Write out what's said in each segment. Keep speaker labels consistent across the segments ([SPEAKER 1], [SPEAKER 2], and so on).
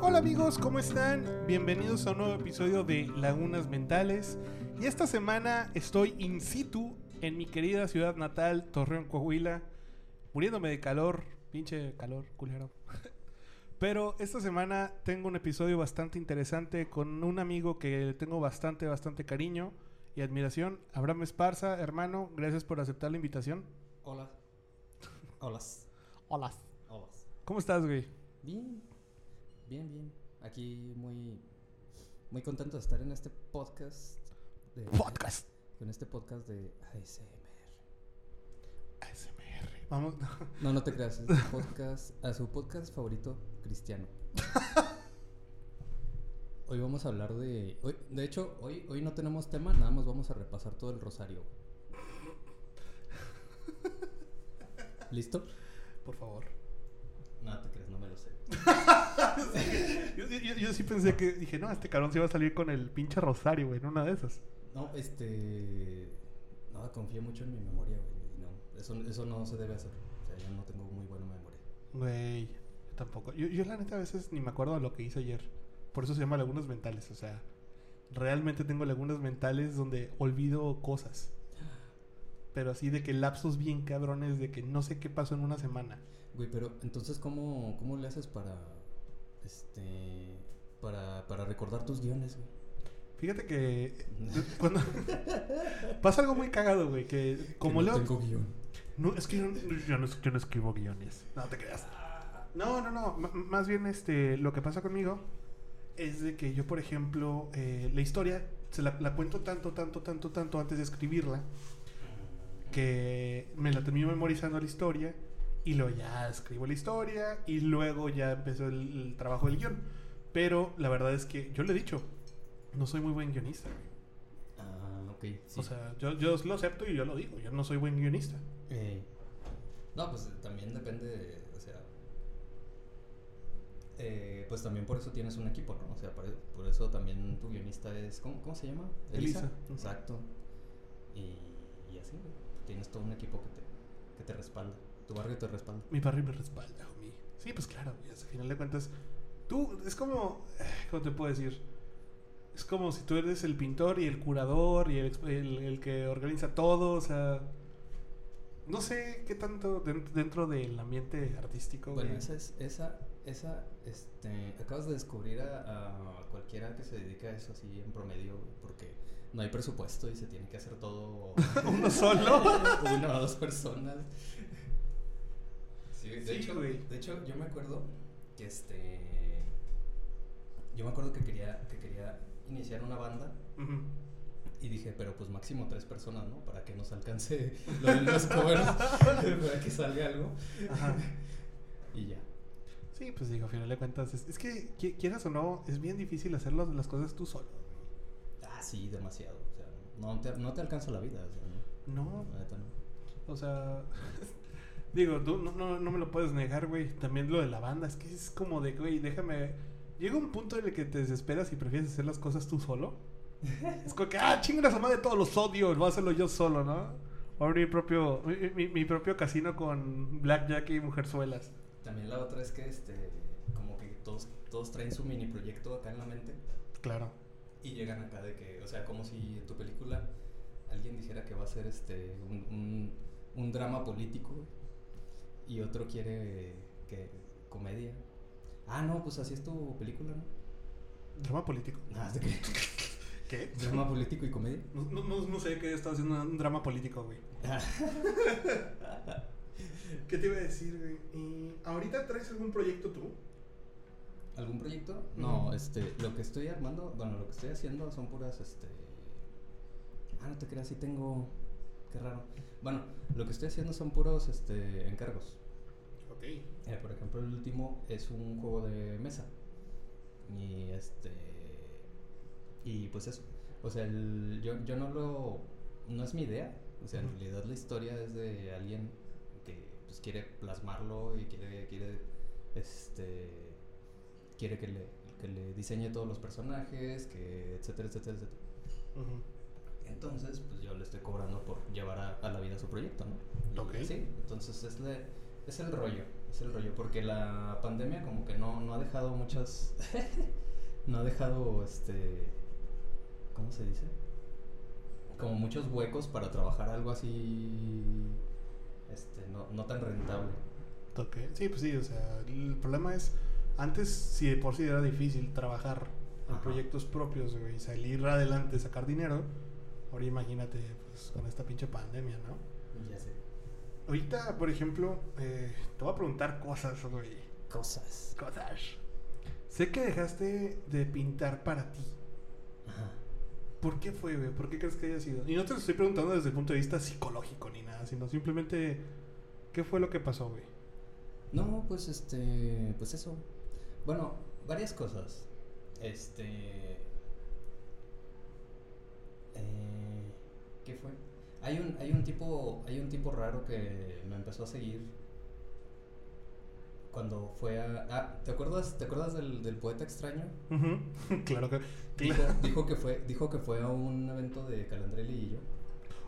[SPEAKER 1] Hola amigos, ¿cómo están? Bienvenidos a un nuevo episodio de Lagunas Mentales. Y esta semana estoy in situ en mi querida ciudad natal, Torreón, Coahuila, muriéndome de calor, pinche calor, culero. Pero esta semana tengo un episodio bastante interesante con un amigo que le tengo bastante, bastante cariño y admiración, Abraham Esparza, hermano, gracias por aceptar la invitación.
[SPEAKER 2] Hola. Holas.
[SPEAKER 1] Hola.
[SPEAKER 2] Holas.
[SPEAKER 1] ¿Cómo estás, güey?
[SPEAKER 2] Bien. Bien, bien. Aquí muy muy contento de estar en este podcast de
[SPEAKER 1] Podcast.
[SPEAKER 2] con este podcast de ASMR.
[SPEAKER 1] ASMR. Vamos.
[SPEAKER 2] No, no te creas, es un podcast a su podcast favorito cristiano. Hoy vamos a hablar de hoy, de hecho, hoy hoy no tenemos tema, nada más vamos a repasar todo el rosario. ¿Listo?
[SPEAKER 1] Por favor.
[SPEAKER 2] No, te creas, no me lo sé.
[SPEAKER 1] Yo, yo- yo sí pensé que dije, no, este cabrón se iba a salir con el pinche rosario, güey, en una de esas.
[SPEAKER 2] No, este. No, confío mucho en mi memoria, güey. y No, eso, eso no se debe hacer. O sea, yo no tengo muy buena memoria.
[SPEAKER 1] Güey, yo tampoco. Yo, yo la neta a veces ni me acuerdo de lo que hice ayer. Por eso se llama lagunas mentales, o sea, realmente tengo lagunas mentales donde olvido cosas. Pero así de que lapsos bien cabrones de que no sé qué pasó en una semana.
[SPEAKER 2] Güey, pero entonces, ¿cómo, cómo le haces para. Este. Para, para recordar tus guiones, güey?
[SPEAKER 1] Fíjate que eh, cuando pasa algo muy cagado, güey, que como
[SPEAKER 2] Que
[SPEAKER 1] leo
[SPEAKER 2] no tengo guión.
[SPEAKER 1] No, es que yo, yo no, yo no escribo guiones. No te creas. No, no, no. M- más bien, este, lo que pasa conmigo es de que yo, por ejemplo, eh, la historia se la, la cuento tanto, tanto, tanto, tanto antes de escribirla que me la termino memorizando la historia y luego ya escribo la historia y luego ya empezó el, el trabajo del guión. Pero la verdad es que yo le he dicho, no soy muy buen guionista. güey.
[SPEAKER 2] Ah, ok. Sí.
[SPEAKER 1] O sea, yo, yo lo acepto y yo lo digo, yo no soy buen guionista.
[SPEAKER 2] Eh, no, pues eh, también depende. de- o sea. eh, pues también por eso tienes un equipo, ¿no? O sea, por, por eso también tu guionista es. ¿Cómo, cómo se llama?
[SPEAKER 1] Elisa. Ujú.
[SPEAKER 2] Exacto. Y, y así, güey. Tienes todo un equipo que te, que te respalda. Tu barrio te respalda.
[SPEAKER 1] Mi barrio me respalda, homie. Sí, pues claro, güey, al final de cuentas. Tú, es como. ¿Cómo te puedo decir? Es como si tú eres el pintor y el curador y el, exp- el- el que organiza todo, o sea. No sé qué tanto den- dentro del ambiente artístico.
[SPEAKER 2] Bueno,
[SPEAKER 1] güey.
[SPEAKER 2] esa es. Esa, esa, este. Acabas de descubrir a, a cualquiera que se dedica a eso así en promedio, güey, porque no hay presupuesto y se tiene que hacer todo.
[SPEAKER 1] Uno solo.
[SPEAKER 2] una o dos personas. Sí, de,
[SPEAKER 1] Sí,
[SPEAKER 2] hecho,
[SPEAKER 1] güey.
[SPEAKER 2] de hecho, yo me acuerdo que este. Yo me acuerdo que quería, que quería iniciar una banda
[SPEAKER 1] Ujú.
[SPEAKER 2] y dije, pero pues máximo tres personas, ¿no? Para que nos alcance lo de los covers, para que salga algo.
[SPEAKER 1] Ajá.
[SPEAKER 2] Y ya.
[SPEAKER 1] Sí, pues digo, al final de cuentas. Es, es que, qui- quieras o no, es bien difícil hacer las- las cosas tú solo. güey.
[SPEAKER 2] Ah, sí, demasiado. O sea, no te, no te alcanza la vida. O sea, no,
[SPEAKER 1] No,
[SPEAKER 2] la neta no.
[SPEAKER 1] O sea, digo, tú no, no, no me lo puedes negar, güey. También lo de la banda, es que es como de, güey, déjame. Llega un punto en el que te desesperas y prefieres hacer las cosas tú solo. Es como que, ah, chinga la madre de todos los odios, voy a hacerlo yo solo, ¿no? Voy a abrir mi propio, mi, mi- mi propio casino con Blackjack y Mujerzuelas.
[SPEAKER 2] También la otra es que este, como que todos, todos traen su mini proyecto acá en la mente.
[SPEAKER 1] Claro.
[SPEAKER 2] Y llegan acá de que, o sea, como si en tu película alguien dijera que va a ser este, un, un, un drama político güey, y otro quiere que comedia. Ah, no, pues así es tu película, ¿no?
[SPEAKER 1] Drama político.
[SPEAKER 2] Nada, de que
[SPEAKER 1] ¿Qué?
[SPEAKER 2] drama político y comedia.
[SPEAKER 1] No, no, no- no sé qué está haciendo un drama político, güey. ¿Qué te iba a decir, güey? Y ¿Ahorita traes algún proyecto tú?
[SPEAKER 2] ¿Algún proyecto? No,
[SPEAKER 1] Ujú.
[SPEAKER 2] este, lo que estoy armando, bueno, lo que estoy haciendo son puras, este... Ah, no te creas, sí tengo... Qué raro. Bueno, lo que estoy haciendo son puros, este, encargos.
[SPEAKER 1] Ok.
[SPEAKER 2] Eh, por ejemplo, el último es un juego de mesa. Y este. Y pues eso. O sea, el- yo, yo no lo. No es mi idea. O sea, en
[SPEAKER 1] Ujú.
[SPEAKER 2] realidad la historia es de alguien que pues, quiere plasmarlo y quiere. quiere este. Quiere que le, que le diseñe todos los personajes, que etcétera, etcétera, etcétera.
[SPEAKER 1] Ujú.
[SPEAKER 2] Entonces, pues yo le estoy cobrando por llevar a, a la vida su proyecto, ¿no? Y
[SPEAKER 1] Ok.
[SPEAKER 2] Sí, entonces es, la- es el rollo, es el rollo, porque la pandemia como que no, no, ha dejado muchas. no ha dejado este. ¿Cómo se dice? Como muchos huecos para trabajar algo así. Este, no, no tan rentable.
[SPEAKER 1] Ok. Sí, pues sí, o sea, el problema es, antes si de por sí era difícil trabajar en
[SPEAKER 2] Ajá.
[SPEAKER 1] proyectos propios, güey, y salir adelante, sacar dinero, ahora imagínate, pues con esta pinche pandemia, ¿no?
[SPEAKER 2] Ya sé.
[SPEAKER 1] Ahorita, por ejemplo, eh, te voy a preguntar cosas, güey.
[SPEAKER 2] Cosas.
[SPEAKER 1] Cosas. Sé que dejaste de pintar para ti.
[SPEAKER 2] Ajá.
[SPEAKER 1] ¿Por qué fue, güey? ¿Por qué crees que haya sido? Y no te lo estoy preguntando desde el punto de vista psicológico ni nada, sino simplemente, ¿qué fue lo que pasó, güey?
[SPEAKER 2] No, pues este, pues eso. Bueno, varias cosas. Este, eh, ¿qué fue? Hay un, hay un tipo, hay un tipo raro que me empezó a seguir cuando fue a, ah, ¿te acuerdas, te acuerdas del, del poeta extraño?
[SPEAKER 1] Ujú. claro que...
[SPEAKER 2] Dijo, dijo que fue, dijo que fue a un evento de Calandrelli y yo.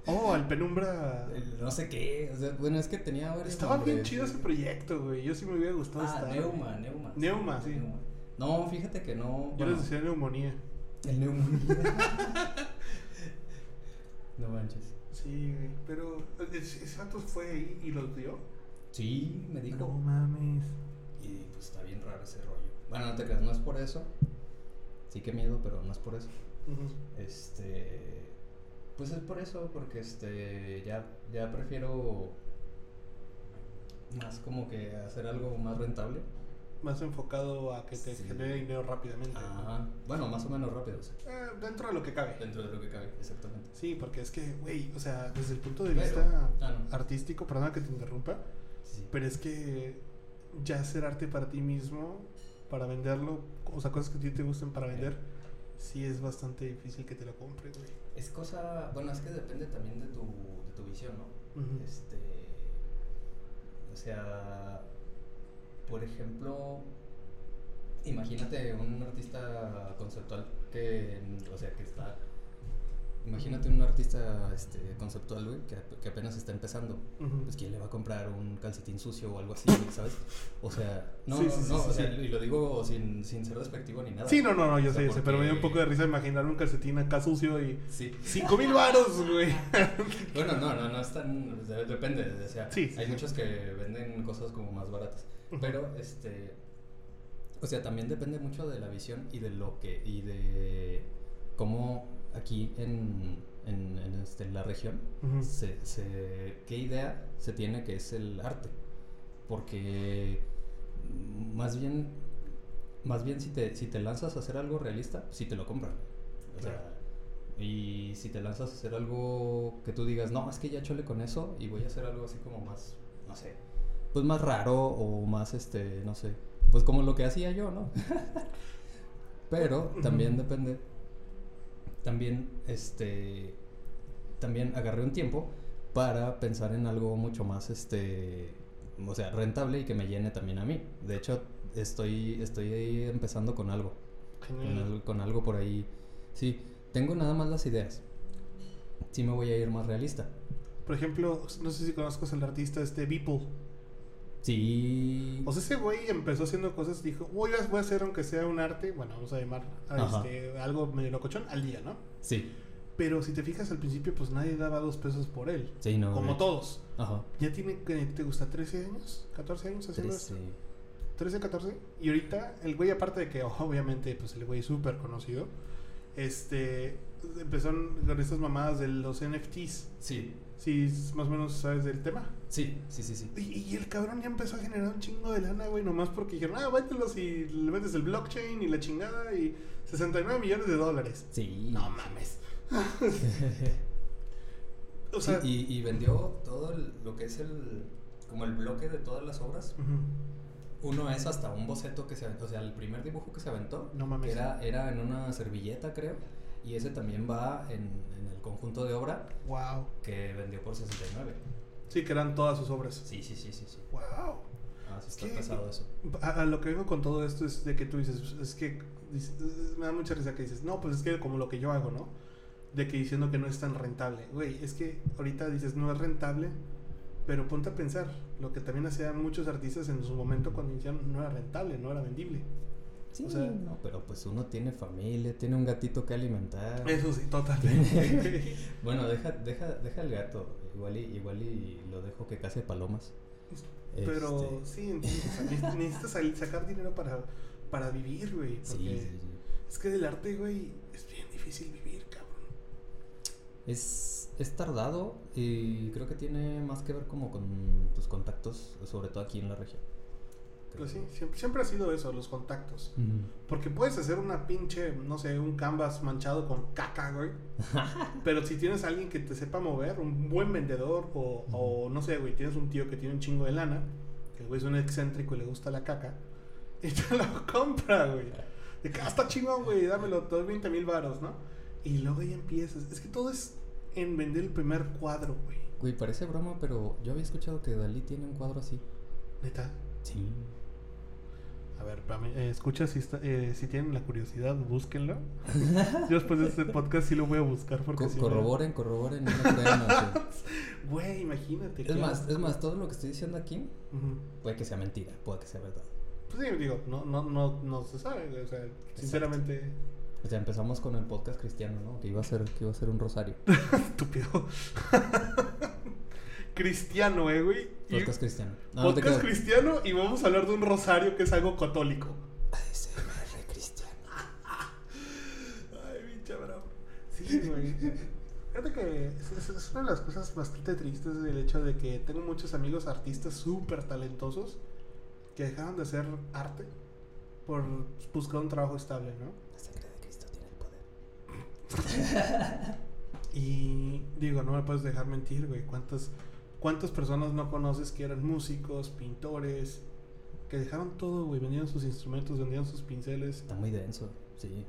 [SPEAKER 1] Oh, al penumbra...
[SPEAKER 2] El no sé qué, o sea, bueno, es que tenía varios
[SPEAKER 1] Estaba bien
[SPEAKER 2] nombres,
[SPEAKER 1] chido ese
[SPEAKER 2] güey.
[SPEAKER 1] proyecto, güey. Yo sí me hubiera gustado
[SPEAKER 2] Ah,
[SPEAKER 1] estar.
[SPEAKER 2] Neuma, Neuma.
[SPEAKER 1] Neuma, sí.
[SPEAKER 2] No, fíjate que no.
[SPEAKER 1] Yo
[SPEAKER 2] bueno,
[SPEAKER 1] les decía neumonía.
[SPEAKER 2] El neumonía. no manches.
[SPEAKER 1] Sí, güey. Pero eh, ese ese vato fue ahí y los dio.
[SPEAKER 2] Sí, me dijo.
[SPEAKER 1] mames.
[SPEAKER 2] Y pues está bien raro ese rollo. Bueno, no te creas, no es por eso. Sí que miedo, pero no es por eso. Este. Pues es por eso, porque este. Ya, ya prefiero. Más como que hacer algo más rentable.
[SPEAKER 1] Más enfocado a que te
[SPEAKER 2] Sí.
[SPEAKER 1] genere dinero rápidamente.
[SPEAKER 2] Ajá. Bueno, más o menos rápido, o sea,
[SPEAKER 1] Eh, dentro de lo que cabe.
[SPEAKER 2] Dentro de lo que cabe, exactamente.
[SPEAKER 1] Sí, porque es que, güey, o sea, desde el punto de
[SPEAKER 2] Pero-
[SPEAKER 1] vista
[SPEAKER 2] Ah, no.
[SPEAKER 1] artístico, perdona que te interrumpa,
[SPEAKER 2] Sí.
[SPEAKER 1] pero es que ya hacer arte para ti mismo, para venderlo, o sea, cosas que a ti te gusten para vender, sí es bastante difícil que te lo compres, güey.
[SPEAKER 2] Es cosa, bueno, es que depende también de tu, de tu visión, ¿no?
[SPEAKER 1] Ujú.
[SPEAKER 2] Este, o sea, por ejemplo, imagínate un artista conceptual que, o sea, que está, imagínate un artista este, conceptual, güey, que, que apenas está empezando.
[SPEAKER 1] Ujú.
[SPEAKER 2] Pues quién le va a comprar un calcetín sucio o algo así, güey, ¿sabes? O sea, no,
[SPEAKER 1] Sí, sí, sí,
[SPEAKER 2] no,
[SPEAKER 1] sí,
[SPEAKER 2] o sea,
[SPEAKER 1] sí.
[SPEAKER 2] y lo digo sin, sin ser despectivo ni nada.
[SPEAKER 1] Sí, no, no, no, yo
[SPEAKER 2] O sea,
[SPEAKER 1] sé, yo sé, pero me dio un
[SPEAKER 2] porque-
[SPEAKER 1] poco de risa imaginar un calcetín acá sucio y
[SPEAKER 2] Sí.
[SPEAKER 1] cinco mil varos, güey.
[SPEAKER 2] Bueno, no, no, no es tan. o sea, Depende, o sea,
[SPEAKER 1] Sí, sí,
[SPEAKER 2] hay
[SPEAKER 1] sí.
[SPEAKER 2] muchos que venden cosas como más baratas. Pero, este. O sea, también depende mucho de la visión y de lo que. y de cómo aquí en, en, en, este, la región
[SPEAKER 1] Ujú.
[SPEAKER 2] se, se- qué idea se tiene que es el arte. Porque mm, más bien, más bien si te, si te lanzas a hacer algo realista, si te lo compran. O sea,
[SPEAKER 1] Claro.
[SPEAKER 2] y si te lanzas a hacer algo que tú digas, no, es que ya chole con eso y voy a hacer algo así como más, no sé, pues más raro o más, este, no sé, pues como lo que hacía yo, ¿no? Pero también depende, también, este, también agarré un tiempo para pensar en algo mucho más este o sea rentable y que me llene también a mí de hecho estoy estoy ahí empezando con algo con,
[SPEAKER 1] Genial.
[SPEAKER 2] al- con algo por ahí sí tengo nada más las ideas sí me voy a ir más realista
[SPEAKER 1] Por ejemplo, no sé si conozcas al artista este Beeple.
[SPEAKER 2] sí
[SPEAKER 1] O sea, ese güey empezó haciendo cosas, dijo, voy a, voy a hacer aunque sea un arte, bueno, vamos a llamar a
[SPEAKER 2] Ajá.
[SPEAKER 1] este, algo medio locochón al día, ¿no?
[SPEAKER 2] sí
[SPEAKER 1] Pero si te fijas al principio, pues nadie daba dos pesos por él.
[SPEAKER 2] sí no
[SPEAKER 1] Como
[SPEAKER 2] güey.
[SPEAKER 1] todos.
[SPEAKER 2] ajá
[SPEAKER 1] Ya tiene, que ¿te gusta? ¿13 años? ¿14 años haciendo esto?
[SPEAKER 2] Trece.
[SPEAKER 1] 13, 14. Y ahorita el güey, aparte de que oh, obviamente pues el güey es súper conocido, este, empezaron con estas mamadas de los NFTs.
[SPEAKER 2] sí
[SPEAKER 1] Si es- más o menos sabes del tema.
[SPEAKER 2] sí sí sí sí
[SPEAKER 1] Y, y el cabrón ya empezó a generar un chingo de lana, güey, nomás porque dijeron, ah, véntelos y le vendes el blockchain y la chingada y 69 millones de dólares.
[SPEAKER 2] sí
[SPEAKER 1] No mames. O sea...
[SPEAKER 2] Sí, y, y vendió todo el- lo que es el como el bloque de todas las obras
[SPEAKER 1] ujú,
[SPEAKER 2] Uno es hasta un boceto que se aventó, o sea, el primer dibujo que se aventó
[SPEAKER 1] No mames.
[SPEAKER 2] era, era en una servilleta, creo, y ese también va en, en el conjunto de obra
[SPEAKER 1] Wow.
[SPEAKER 2] que vendió por 69.
[SPEAKER 1] Sí, que eran todas sus obras.
[SPEAKER 2] Sí, sí, sí, sí, sí.
[SPEAKER 1] Wow.
[SPEAKER 2] Ah, sí está
[SPEAKER 1] ¿Qué?
[SPEAKER 2] pesado eso.
[SPEAKER 1] A, a lo que vengo con todo esto es de que tú dices, pues, es que dices- me da mucha risa que dices, no, pues es que como lo que yo hago, ¿no? De que diciendo que no es tan rentable. Güey, es que ahorita dices, no es rentable, Pero ponte a pensar, lo que también hacían muchos artistas en su momento cuando iniciaron no era rentable, no era vendible.
[SPEAKER 2] Sí,
[SPEAKER 1] O sea-
[SPEAKER 2] no, pero pues uno tiene familia, tiene un gatito que alimentar.
[SPEAKER 1] Eso sí, totalmente.
[SPEAKER 2] Bueno, deja, deja, deja el gato. Igual y, igual y lo dejo que case palomas.
[SPEAKER 1] Pero
[SPEAKER 2] Este,
[SPEAKER 1] sí, entonces, o sea, neces- necesitas sal- sacar dinero para, para vivir, güey.
[SPEAKER 2] Este, sí,
[SPEAKER 1] Porque
[SPEAKER 2] sí, sí.
[SPEAKER 1] es que del arte, güey, es bien difícil vivir, cabrón.
[SPEAKER 2] Es, es tardado y creo que tiene más que ver como con tus contactos, sobre todo aquí en la región. Creo.
[SPEAKER 1] Pues sí, siempre, siempre ha sido eso, los contactos.
[SPEAKER 2] Ujú.
[SPEAKER 1] Porque puedes hacer una pinche, no sé, un canvas manchado con caca, güey. Pero si tienes a alguien que te sepa mover, un buen vendedor, o, o no sé, güey, tienes un tío que tiene un chingo de lana, que el güey es un excéntrico y le gusta la caca, y te lo compra, güey. De que "Ah, está chingón, güey, dámelo, todos 20 mil varos, ¿no? Y luego ya empiezas. Es que todo es en vender el primer cuadro, güey.
[SPEAKER 2] Güey, parece broma, pero yo había escuchado que Dalí tiene un cuadro así.
[SPEAKER 1] Neta.
[SPEAKER 2] Sí.
[SPEAKER 1] A ver, espérame, eh, escucha si, está- eh, si tienen la curiosidad, búsquenlo. Yo después de este podcast sí lo voy a buscar porque sí me-
[SPEAKER 2] corroboren, corroboren, no me crean, o sea.
[SPEAKER 1] Güey, imagínate.
[SPEAKER 2] Es
[SPEAKER 1] claro.
[SPEAKER 2] más, eh. es más, todo lo que estoy diciendo aquí
[SPEAKER 1] Ujú.
[SPEAKER 2] puede que sea mentira, puede que sea verdad.
[SPEAKER 1] Pues sí, digo, no, no, no, no se sabe, güey, o sea, sinceramente,
[SPEAKER 2] O sea, empezamos con el podcast cristiano, ¿no? Que iba a ser, que iba a ser un rosario.
[SPEAKER 1] estúpido. cristiano, eh, güey. Y-
[SPEAKER 2] Podcast cristiano. No, no te
[SPEAKER 1] podcast
[SPEAKER 2] creas.
[SPEAKER 1] cristiano y vamos a hablar de un rosario que es algo católico.
[SPEAKER 2] ASMR cristiano.
[SPEAKER 1] Ay, pinche bravo. Sí, güey. Fíjate que es, es- es una de las cosas bastante tristes el hecho de que tengo muchos amigos artistas súper talentosos que dejaron de hacer arte por buscar un trabajo estable, ¿no?
[SPEAKER 2] La sangre de Cristo tiene el poder.
[SPEAKER 1] Y digo, no me puedes dejar mentir, güey. ¿Cuántas, cuántas personas no conoces que eran músicos, pintores, que dejaron todo, güey? Vendían sus instrumentos, vendían sus pinceles.
[SPEAKER 2] Está muy denso, sí.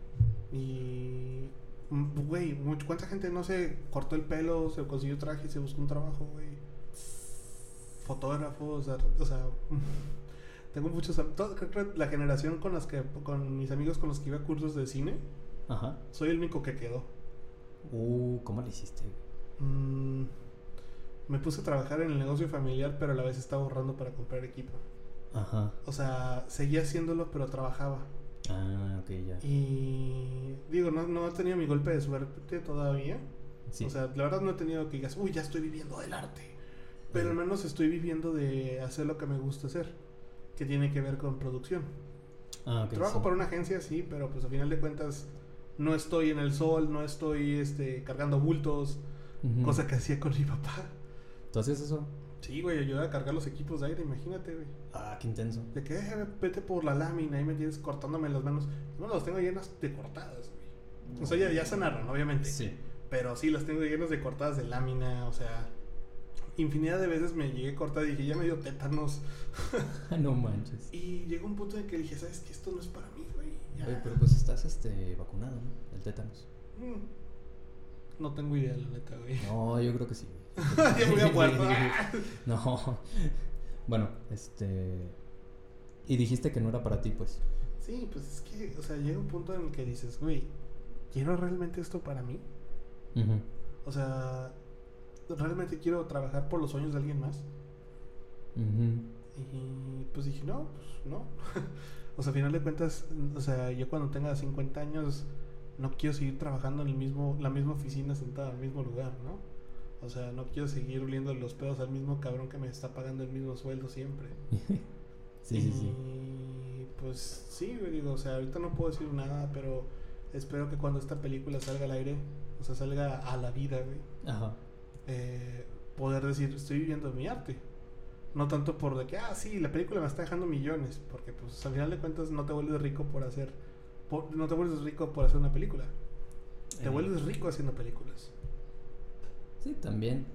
[SPEAKER 1] Y, mm, güey, much- ¿cuánta gente no se cortó el pelo, se consiguió traje y se buscó un trabajo, güey? Fotógrafos, ar- o sea, tengo muchos... am- todo- creo que la generación con las que, con mis amigos con los que iba a cursos de cine,
[SPEAKER 2] Ajá.
[SPEAKER 1] soy el único que quedó.
[SPEAKER 2] Uh, ¿cómo le hiciste?
[SPEAKER 1] Mm, me puse a trabajar en el negocio familiar, pero a la vez estaba ahorrando para comprar equipo.
[SPEAKER 2] Ajá.
[SPEAKER 1] O sea, seguía haciéndolo, pero trabajaba.
[SPEAKER 2] Ah, ok, ya.
[SPEAKER 1] Y digo, no, no he tenido mi golpe de suerte todavía.
[SPEAKER 2] Sí.
[SPEAKER 1] O sea, la verdad no he tenido que digas, uy, ya estoy viviendo del arte. Pero al
[SPEAKER 2] Ajá.
[SPEAKER 1] menos estoy viviendo de hacer lo que me gusta hacer, que tiene que ver con producción.
[SPEAKER 2] ah, ok,
[SPEAKER 1] Trabajo
[SPEAKER 2] sí.
[SPEAKER 1] para una agencia, sí, pero pues a final de cuentas no estoy en el sol, no estoy este, cargando bultos,
[SPEAKER 2] Ujú.
[SPEAKER 1] cosa que hacía con mi papá.
[SPEAKER 2] ¿Tú hacías eso?
[SPEAKER 1] Sí, güey, ayuda a cargar los equipos de aire, imagínate, güey.
[SPEAKER 2] Ah, qué intenso.
[SPEAKER 1] De que "Eh, vete por la lámina y me tienes cortándome las manos. No, las tengo llenas de cortadas, güey. O sea, ya, ya sanaron, obviamente.
[SPEAKER 2] Sí.
[SPEAKER 1] Pero sí, las tengo llenas de cortadas de lámina, o sea... Infinidad de veces me llegué cortada y dije, ya me dio tétanos.
[SPEAKER 2] no manches.
[SPEAKER 1] Y llegó un punto en que dije, ¿sabes qué? Esto no es para mí, güey. Ya".
[SPEAKER 2] Oye, pero pues estás este vacunado, ¿no? El tétanos.
[SPEAKER 1] Mm. No tengo idea, la neta, güey.
[SPEAKER 2] No, yo creo que sí.
[SPEAKER 1] ya me había muerto. Ah.
[SPEAKER 2] no. Bueno, este. Y dijiste que no era para ti, pues.
[SPEAKER 1] Sí, pues es que, o sea, llega un punto en el que dices, güey, ¿quiero realmente esto para mí?
[SPEAKER 2] Ujú.
[SPEAKER 1] O sea, realmente quiero trabajar por los sueños de alguien más.
[SPEAKER 2] Ujú.
[SPEAKER 1] Y pues dije, no, pues no. o sea, al final de cuentas, o sea, yo cuando tenga 50 años no quiero seguir trabajando en el mismo, la misma oficina sentada en el mismo lugar, ¿no? O sea, no quiero seguir oliendo los pedos al mismo cabrón que me está pagando el mismo sueldo siempre.
[SPEAKER 2] Sí, sí, sí.
[SPEAKER 1] Y pues sí, güey, digo, o sea, ahorita no puedo decir nada, pero espero que cuando esta película salga al aire, o sea, salga a la vida, güey,
[SPEAKER 2] Ajá.
[SPEAKER 1] eh, poder decir, estoy viviendo mi arte. No tanto por de que, ah, sí, la película me está dejando millones, porque pues al final de cuentas no te vuelves rico por hacer, por- no te vuelves rico por hacer una película, te
[SPEAKER 2] Eh,
[SPEAKER 1] vuelves rico haciendo películas.
[SPEAKER 2] Sí, también.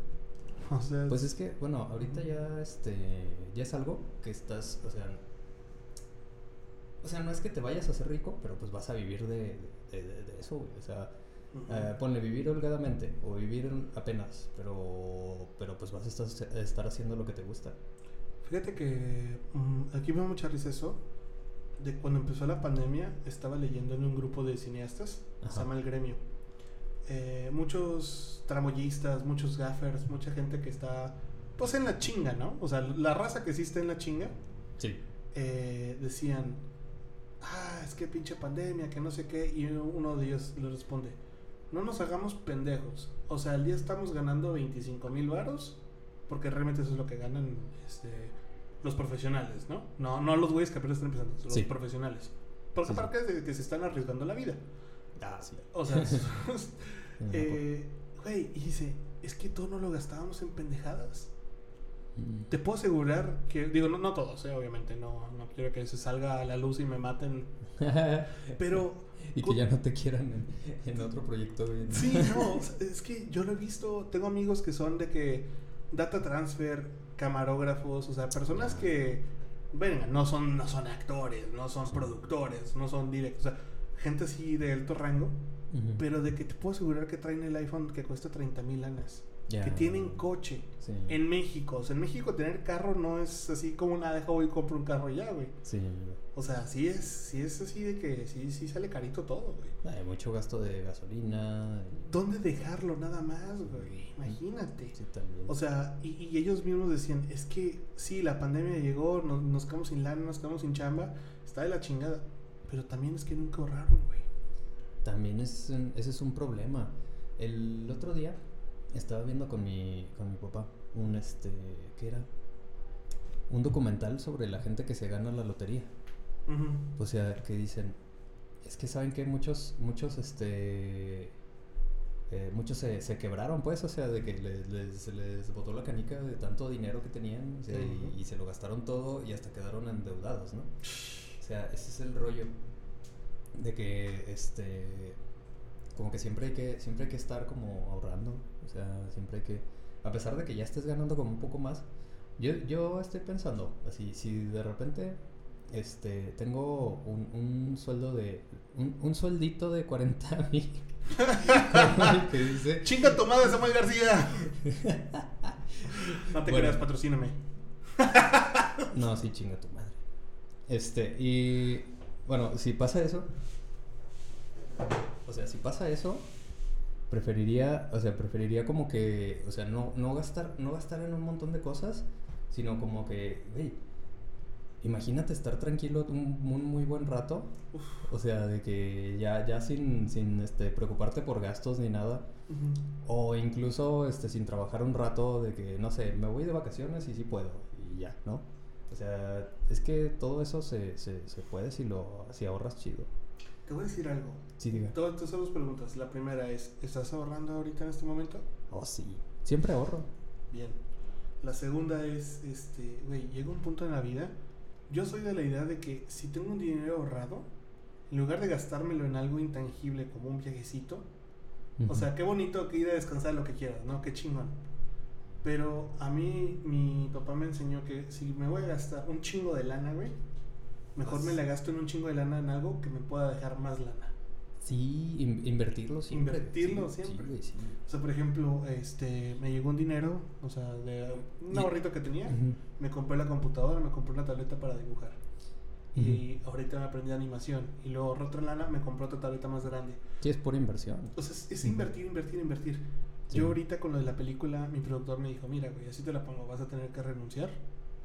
[SPEAKER 1] O sea,
[SPEAKER 2] Pues es que, bueno, ahorita ya este ya es algo que estás, o sea, o sea, no es que te vayas a hacer rico, pero pues vas a vivir de, de- de- de eso, güey. O sea,
[SPEAKER 1] ujú.
[SPEAKER 2] eh, ponle vivir holgadamente o vivir apenas, pero pero pues vas a estar, a estar haciendo lo que te gusta.
[SPEAKER 1] Fíjate que mm, aquí me da mucha risa eso. De cuando empezó la pandemia, estaba leyendo en un grupo de cineastas, se
[SPEAKER 2] Ajá.
[SPEAKER 1] llama El Gremio. Eh, muchos tramoyistas, muchos gaffers, mucha gente que está pues en la chinga, ¿no? O sea, la raza que sí está en la chinga,
[SPEAKER 2] Sí.
[SPEAKER 1] eh, decían, ah, es que pinche pandemia, que no sé qué, y uno de ellos le responde, no nos hagamos pendejos, o sea, al día estamos ganando 25 mil varos, porque realmente eso es lo que ganan este, los profesionales, ¿no? No, no los güeyes que apenas están empezando, los
[SPEAKER 2] Sí.
[SPEAKER 1] profesionales. Porque
[SPEAKER 2] Sí, sí.
[SPEAKER 1] aparte de que se están arriesgando la vida.
[SPEAKER 2] Ah, sí.
[SPEAKER 1] O sea, eh, güey, y dice, es que todo no lo gastábamos en pendejadas. Te puedo asegurar que, digo, no, no todos, eh, obviamente, no, no quiero que se salga a la luz y me maten, pero
[SPEAKER 2] y que ya no te quieran en, en otro proyecto. güey, ¿no?
[SPEAKER 1] sí, no, o sea, es que yo lo he visto, tengo amigos que son de que data transfer, camarógrafos, o sea, personas que, venga, no son, no son actores, no son productores, no son directos, o sea, gente así de alto rango,
[SPEAKER 2] Ujú.
[SPEAKER 1] pero de que te puedo asegurar que traen el iPhone que cuesta 30 mil lanas,
[SPEAKER 2] Ya.
[SPEAKER 1] que tienen coche.
[SPEAKER 2] Sí.
[SPEAKER 1] En México, o sea, en México tener carro no es así como nada, dejo y compro un carro y ya, güey.
[SPEAKER 2] Sí.
[SPEAKER 1] O sea, sí es, sí es así de que sí, sí sale carito todo, güey.
[SPEAKER 2] Hay mucho gasto de gasolina. y-
[SPEAKER 1] ¿Dónde dejarlo nada más, güey? Imagínate.
[SPEAKER 2] Sí, también.
[SPEAKER 1] O sea, y, y ellos mismos decían, es que sí, la pandemia llegó, nos, nos quedamos sin lana, nos quedamos sin chamba, está de la chingada. Pero también es que nunca ahorraron, güey.
[SPEAKER 2] También es, un- ese es un problema. El otro día estaba viendo con mi, con mi papá un este, ¿qué era? Un documental sobre la gente que se gana la lotería.
[SPEAKER 1] Ujú.
[SPEAKER 2] O sea, que dicen, es que saben que muchos, muchos, este, eh, muchos se, se quebraron, pues, o sea, de que les, les, se les botó la canica de tanto dinero que tenían o sea,
[SPEAKER 1] Ujú.
[SPEAKER 2] y, y se lo gastaron todo y hasta quedaron endeudados, ¿no? O sea, ese es el rollo de que, este, como que siempre hay que, siempre hay que estar como ahorrando, o sea, siempre hay que, a pesar de que ya estés ganando como un poco más, yo, yo estoy pensando, así, si de repente este, tengo un, un sueldo de. Un, un sueldito de 40 mil. que dice.
[SPEAKER 1] Chinga tu madre, Samuel García. no te
[SPEAKER 2] Bueno.
[SPEAKER 1] creas, patrocíname.
[SPEAKER 2] No, sí, chinga tu madre. Este, y. Bueno, si pasa eso. O sea, si pasa eso. Preferiría, o sea, preferiría como que, o sea, no, no gastar, no gastar en un montón de cosas, sino como que, güey, imagínate estar tranquilo un, un muy buen rato
[SPEAKER 1] Uf.
[SPEAKER 2] O sea, de que ya, ya sin, sin este, preocuparte por gastos ni nada.
[SPEAKER 1] Ujú.
[SPEAKER 2] O incluso este, sin trabajar un rato de que, no sé, me voy de vacaciones y sí puedo. Y ya, ¿no? O sea, es que todo eso se, se, se puede si, lo, si ahorras chido.
[SPEAKER 1] Te voy a decir algo.
[SPEAKER 2] Sí, diga.
[SPEAKER 1] Te voy a hacer dos preguntas. La primera es, ¿estás ahorrando ahorita en este momento?
[SPEAKER 2] Oh, sí. Siempre ahorro.
[SPEAKER 1] Bien. La segunda es, este, güey, llega un punto en la vida. Yo soy de la idea de que si tengo un dinero ahorrado, en lugar de gastármelo en algo intangible como un viajecito, o sea, qué bonito que ir a descansar lo que quieras, ¿no? Qué chingón. Pero a mí, mi papá me enseñó que si me voy a gastar un chingo de lana, güey, mejor me la gasto en un chingo de lana en algo que me pueda dejar más lana.
[SPEAKER 2] Sí, in- invertirlo siempre.
[SPEAKER 1] Invertirlo
[SPEAKER 2] Sí,
[SPEAKER 1] siempre.
[SPEAKER 2] Sí, güey, sí.
[SPEAKER 1] O sea, por ejemplo, este, me llegó un dinero, o sea, de un
[SPEAKER 2] Y-
[SPEAKER 1] ahorrito que tenía,
[SPEAKER 2] Ujú.
[SPEAKER 1] me compré la computadora, me compré una tableta para dibujar. Y ahorita me aprendí animación. Y luego ahorré otra lana, me compré otra tableta más grande.
[SPEAKER 2] Sí, es pura inversión.
[SPEAKER 1] O sea, es, es
[SPEAKER 2] Ujú.
[SPEAKER 1] invertir, invertir, invertir.
[SPEAKER 2] Sí.
[SPEAKER 1] Yo ahorita con lo de la película, mi productor me dijo, mira, güey, así te la pongo, vas a tener que renunciar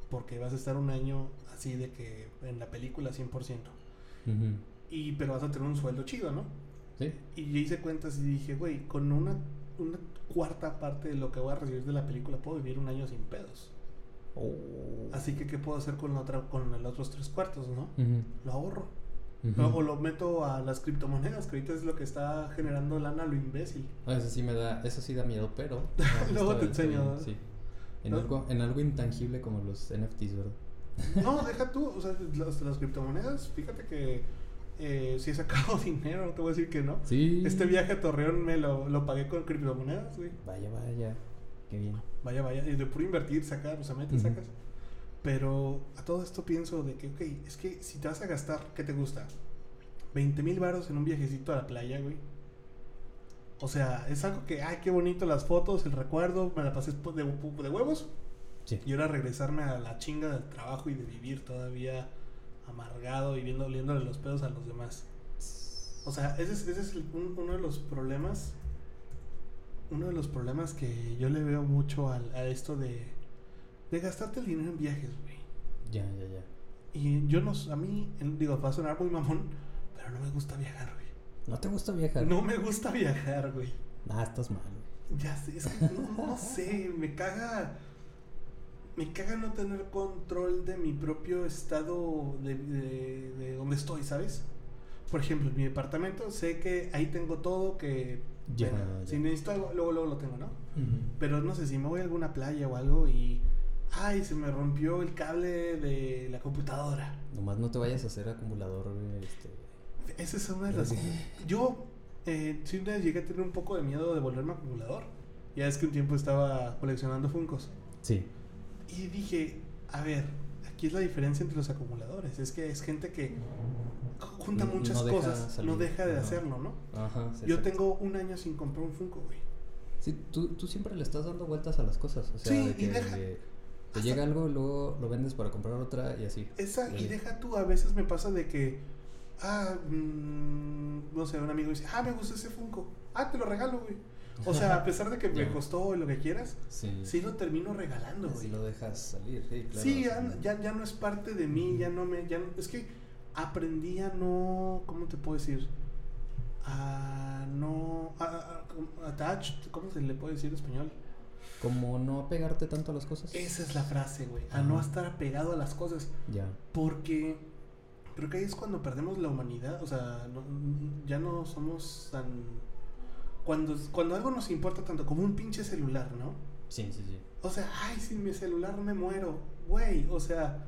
[SPEAKER 1] porque vas a estar un año así de que en la película 100%.
[SPEAKER 2] Ujú.
[SPEAKER 1] Y pero vas a tener un sueldo chido, ¿no?
[SPEAKER 2] Sí.
[SPEAKER 1] Y yo hice cuentas y dije, güey, con una, una cuarta parte de lo que voy a recibir de la película puedo vivir un año sin pedos.
[SPEAKER 2] Oh.
[SPEAKER 1] Así que, ¿qué puedo hacer con, la otra, con los otros tres cuartos, no?
[SPEAKER 2] Ujú.
[SPEAKER 1] Lo ahorro.
[SPEAKER 2] Ujú.
[SPEAKER 1] O- O lo meto a las criptomonedas, que ahorita es lo que está generando lana a lo imbécil.
[SPEAKER 2] Ah, Eso sí me da, eso sí da miedo, pero...
[SPEAKER 1] Luego te
[SPEAKER 2] está bien,
[SPEAKER 1] enseño,
[SPEAKER 2] está bien,
[SPEAKER 1] ¿no?
[SPEAKER 2] Sí. En,
[SPEAKER 1] ¿No?
[SPEAKER 2] algo, en algo intangible como los NFTs, ¿verdad?
[SPEAKER 1] No, deja tú, o sea, las, las criptomonedas, fíjate que eh, si he sacado dinero, no te voy a decir que no.
[SPEAKER 2] Sí.
[SPEAKER 1] Este viaje a Torreón me lo, lo pagué con criptomonedas, güey.
[SPEAKER 2] Vaya, vaya. Qué bien.
[SPEAKER 1] Vaya, vaya, y de puro invertir, sacar, o sea, metes,
[SPEAKER 2] Ujú.
[SPEAKER 1] sacas. Pero a todo esto pienso de que, ok, es que si te vas a gastar, ¿qué te gusta? 20 mil baros en un viajecito a la playa, güey. O sea, es algo que, ay, qué bonito las fotos, el recuerdo, me la pasé po- de, de huevos.
[SPEAKER 2] Sí.
[SPEAKER 1] Y ahora regresarme a la chinga del trabajo y de vivir todavía amargado y viendo, oliéndole los pedos a los demás. O sea, ese es, ese es el- un- uno de los problemas. Uno de los problemas que yo le veo mucho al- a, esto de, de gastarte el dinero en viajes, güey.
[SPEAKER 2] Ya, ya, ya.
[SPEAKER 1] Y yo no, a mí, en- digo, va a sonar muy mamón, pero no me gusta viajar, güey.
[SPEAKER 2] ¿No te gusta viajar?
[SPEAKER 1] No me gusta viajar, güey.
[SPEAKER 2] Ah, estás mal, güey.
[SPEAKER 1] Ya sé, es que no, no sé, me caga. Me caga no tener control de mi propio estado de, de- de donde estoy, ¿sabes? Por ejemplo, en mi departamento sé que ahí tengo todo, que
[SPEAKER 2] Ya,
[SPEAKER 1] bueno,
[SPEAKER 2] ya.
[SPEAKER 1] si necesito algo, luego, luego lo tengo, ¿no? Pero no sé, si me voy a alguna playa o algo y... Ay, se me rompió el cable de la computadora.
[SPEAKER 2] Nomás no te vayas a hacer acumulador, güey, este...
[SPEAKER 1] Esa es una de las... Yo eh, sí una vez llegué a tener un poco de miedo de volverme acumulador. Ya es que un tiempo estaba coleccionando Funcos.
[SPEAKER 2] Sí.
[SPEAKER 1] Y dije, a ver, aquí es la diferencia entre los acumuladores. Es que es gente que junta
[SPEAKER 2] No-
[SPEAKER 1] muchas
[SPEAKER 2] no deja
[SPEAKER 1] cosas, no
[SPEAKER 2] salir,
[SPEAKER 1] deja de
[SPEAKER 2] ajá.
[SPEAKER 1] hacerlo, ¿no?
[SPEAKER 2] Ajá. sí,
[SPEAKER 1] Yo
[SPEAKER 2] exacto.
[SPEAKER 1] tengo un año sin comprar un Funko, güey.
[SPEAKER 2] Sí, tú, tú siempre le estás dando vueltas a las cosas. O sea,
[SPEAKER 1] Sí,
[SPEAKER 2] de
[SPEAKER 1] y
[SPEAKER 2] que
[SPEAKER 1] deja-
[SPEAKER 2] eh, te
[SPEAKER 1] hasta-
[SPEAKER 2] llega algo, luego lo vendes para comprar otra y así.
[SPEAKER 1] Esa, y
[SPEAKER 2] Sí.
[SPEAKER 1] deja tú, a veces me pasa de que, ah, mm, no sé, un amigo dice, ah, me gusta ese Funko, ah, te lo regalo, güey. O sea, a pesar de que me
[SPEAKER 2] Ya.
[SPEAKER 1] costó lo que quieras,
[SPEAKER 2] Sí.
[SPEAKER 1] sí lo termino regalando, güey.
[SPEAKER 2] Así lo dejas salir, sí, claro.
[SPEAKER 1] Sí,
[SPEAKER 2] o
[SPEAKER 1] ya,
[SPEAKER 2] sea,
[SPEAKER 1] ya, ya no es parte de mí, ya no me... Ya no- es que aprendí a no... ¿Cómo te puedo decir? A no... a- a- a- attached, ¿cómo se le puede decir en español?
[SPEAKER 2] Como no apegarte tanto a las cosas.
[SPEAKER 1] Esa es la frase, güey. A no
[SPEAKER 2] Ajá.
[SPEAKER 1] estar apegado a las cosas.
[SPEAKER 2] Ya.
[SPEAKER 1] Porque creo que ahí es cuando perdemos la humanidad. O sea, no- ya no somos tan... Cuando, cuando algo nos importa tanto como un pinche celular, ¿no?
[SPEAKER 2] Sí, sí, sí.
[SPEAKER 1] O sea, ay, sin mi celular me muero. Güey, o sea,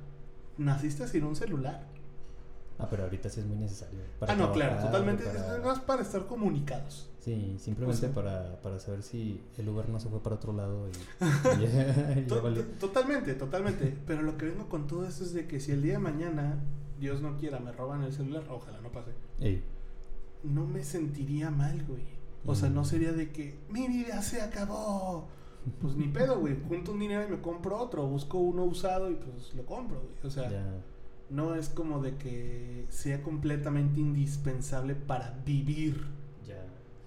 [SPEAKER 1] naciste sin un celular.
[SPEAKER 2] Ah, pero ahorita sí es muy necesario.
[SPEAKER 1] ah, no, claro,
[SPEAKER 2] trabajar,
[SPEAKER 1] totalmente.
[SPEAKER 2] para-
[SPEAKER 1] Es más para estar comunicados.
[SPEAKER 2] Pues Sí, simplemente
[SPEAKER 1] O sea-
[SPEAKER 2] para, para saber si el Uber no se fue para otro lado y, y ya, ya
[SPEAKER 1] To-
[SPEAKER 2] valió.
[SPEAKER 1] to- Totalmente, totalmente. Pero lo que vengo con todo esto es de que si el día de mañana, Dios no quiera, me roban el celular, ojalá no pase,
[SPEAKER 2] Ey,
[SPEAKER 1] no me sentiría mal, güey. O sea,
[SPEAKER 2] Mm.
[SPEAKER 1] no sería de que mi vida se acabó. Pues ni pedo, güey. Junto un dinero y me compro otro. Busco uno usado y pues lo compro, güey. O sea,
[SPEAKER 2] ya.
[SPEAKER 1] no es como de que sea completamente indispensable para vivir.
[SPEAKER 2] Ya.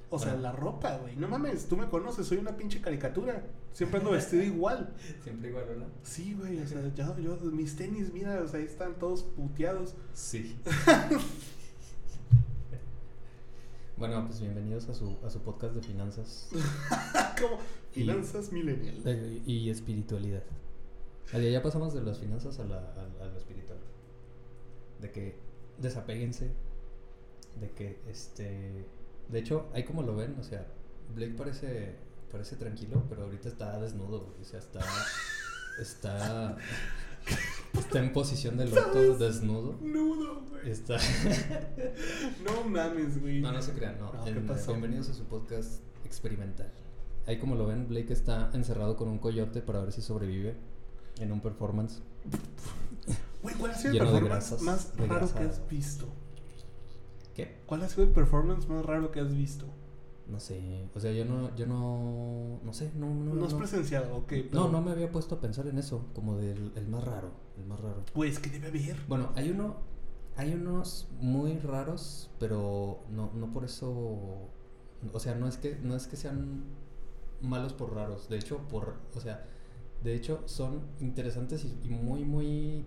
[SPEAKER 1] O sea,
[SPEAKER 2] Bueno.
[SPEAKER 1] la ropa, güey. No mames, tú me conoces, soy una pinche caricatura. Siempre ando vestido igual.
[SPEAKER 2] Siempre igual, ¿verdad?
[SPEAKER 1] Sí, güey, o sea, yo, yo- mis tenis, mira, o sea, ahí están todos puteados.
[SPEAKER 2] Sí. bueno, pues bienvenidos a su, a su podcast de finanzas
[SPEAKER 1] Como
[SPEAKER 2] Y-
[SPEAKER 1] finanzas millennial.
[SPEAKER 2] eh, y espiritualidad. Allá ya pasamos de las finanzas a, la, a- a lo espiritual. De que desapéguense. De que este. De hecho, ahí como lo ven, o sea, Blake parece, parece tranquilo, pero ahorita está desnudo, güey, O sea, está. Está. Está en posición de loto, desnudo.
[SPEAKER 1] Nudo, güey.
[SPEAKER 2] Está.
[SPEAKER 1] No mames, güey.
[SPEAKER 2] No, no se crean, no.
[SPEAKER 1] No, ¿qué
[SPEAKER 2] En-
[SPEAKER 1] pasó?
[SPEAKER 2] Bienvenidos a su podcast experimental. Ahí como lo ven, Blake está encerrado con un coyote para ver si sobrevive en un performance.
[SPEAKER 1] Güey, ¿cuál ha sido el
[SPEAKER 2] Lleno de
[SPEAKER 1] performance
[SPEAKER 2] grasas,
[SPEAKER 1] más
[SPEAKER 2] de
[SPEAKER 1] raro
[SPEAKER 2] grasa.
[SPEAKER 1] que has visto?
[SPEAKER 2] ¿Qué?
[SPEAKER 1] ¿Cuál ha sido el performance más raro que has visto?
[SPEAKER 2] No sé. O sea, yo no, yo no, no sé, no, no.
[SPEAKER 1] No, has
[SPEAKER 2] no.
[SPEAKER 1] presenciado, ok.
[SPEAKER 2] No, no me había puesto a pensar en eso, como del el más raro, el más raro.
[SPEAKER 1] Güey, es que pues, debe haber.
[SPEAKER 2] Bueno, hay uno, hay unos muy raros, pero no, no por eso, o sea, no es que, no es que sean malos por raros, de hecho, por, o sea, de hecho son interesantes y, y muy, muy,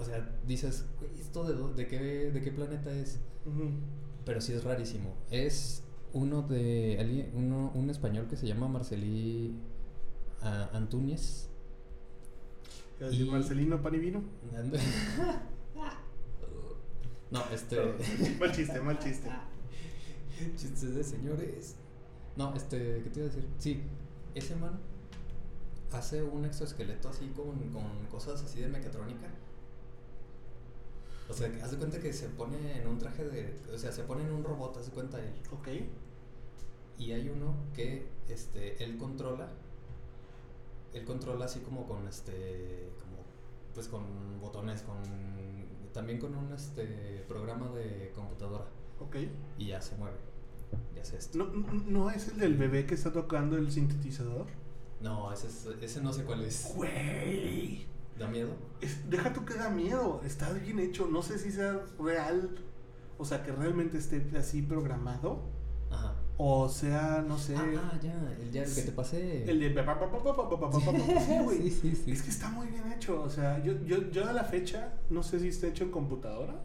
[SPEAKER 2] o sea, dices, "Güey, ¿esto de, dó- de qué, de qué planeta es?
[SPEAKER 1] Ujú.
[SPEAKER 2] Pero sí es rarísimo. Es uno de, alguien- uno, un español que se llama Marcelí ah, Antúñez.
[SPEAKER 1] Iba a decir
[SPEAKER 2] Y-
[SPEAKER 1] Marcelino Pan y Vino.
[SPEAKER 2] No, este...
[SPEAKER 1] Mal chiste, mal chiste.
[SPEAKER 2] Chistes de señores. No, este, ¿qué te iba a decir? Sí, ese man hace un exoesqueleto así con, con cosas así de mecatrónica. O sea, que hace cuenta que se pone en un traje de. O sea, se pone en un robot, hace cuenta él.
[SPEAKER 1] Ok.
[SPEAKER 2] Y hay uno que este, él controla. Él controla así como con este. como. Pues con botones, con. También con un este programa de computadora.
[SPEAKER 1] Ok.
[SPEAKER 2] Y ya se mueve. Ya hace esto.
[SPEAKER 1] ¿No, no- ¿No es el del bebé que está tocando el sintetizador?
[SPEAKER 2] No, ese, es- ese no sé cuál es.
[SPEAKER 1] Güey.
[SPEAKER 2] ¿Da miedo?
[SPEAKER 1] Es- deja tú que da miedo. Está bien hecho. No sé si sea real. O sea, que realmente esté así programado.
[SPEAKER 2] Ajá.
[SPEAKER 1] O sea, no sé.
[SPEAKER 2] Ah, ya, el, ya, el que te pasé.
[SPEAKER 1] El de. pa, pa, pa, pa, pa, pa, pa, pa, pa, pa. Sí, güey.
[SPEAKER 2] Sí, sí, sí.
[SPEAKER 1] Es que está muy bien hecho. O sea, yo, yo, yo a la fecha no sé si está hecho en computadora.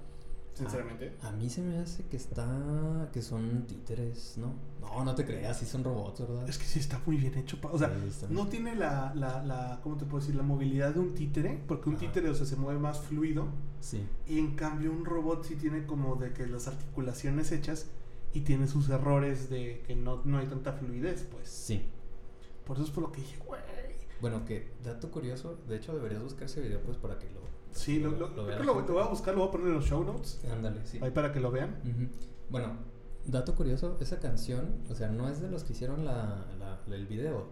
[SPEAKER 1] Sinceramente.
[SPEAKER 2] A mí se me hace que está. que son títeres, ¿no? No, no te creas, sí son robots, ¿verdad?
[SPEAKER 1] Es que sí está muy bien hecho. pa- O sea,
[SPEAKER 2] Ah. Sí, está bien.
[SPEAKER 1] no tiene la, la, la. ¿Cómo te puedo decir? La movilidad de un títere. Porque un
[SPEAKER 2] Ajá.
[SPEAKER 1] títere, o sea, se mueve más fluido.
[SPEAKER 2] Sí.
[SPEAKER 1] Y en cambio, un robot sí tiene como de que las articulaciones hechas. Y tiene sus errores de que no, no hay tanta fluidez, pues.
[SPEAKER 2] Sí.
[SPEAKER 1] Por eso es por lo que dije, güey.
[SPEAKER 2] Bueno, que dato curioso, de hecho deberías buscar ese video pues para que lo...
[SPEAKER 1] Sí, lo, lo-
[SPEAKER 2] vea
[SPEAKER 1] creo
[SPEAKER 2] la
[SPEAKER 1] que lo,
[SPEAKER 2] gente.
[SPEAKER 1] lo voy a buscar, lo voy a poner en los show notes.
[SPEAKER 2] Ándale, sí.
[SPEAKER 1] Ahí para que lo vean.
[SPEAKER 2] Ujú. Bueno, dato curioso, esa canción, o sea, no es de los que hicieron la, la- la- el video.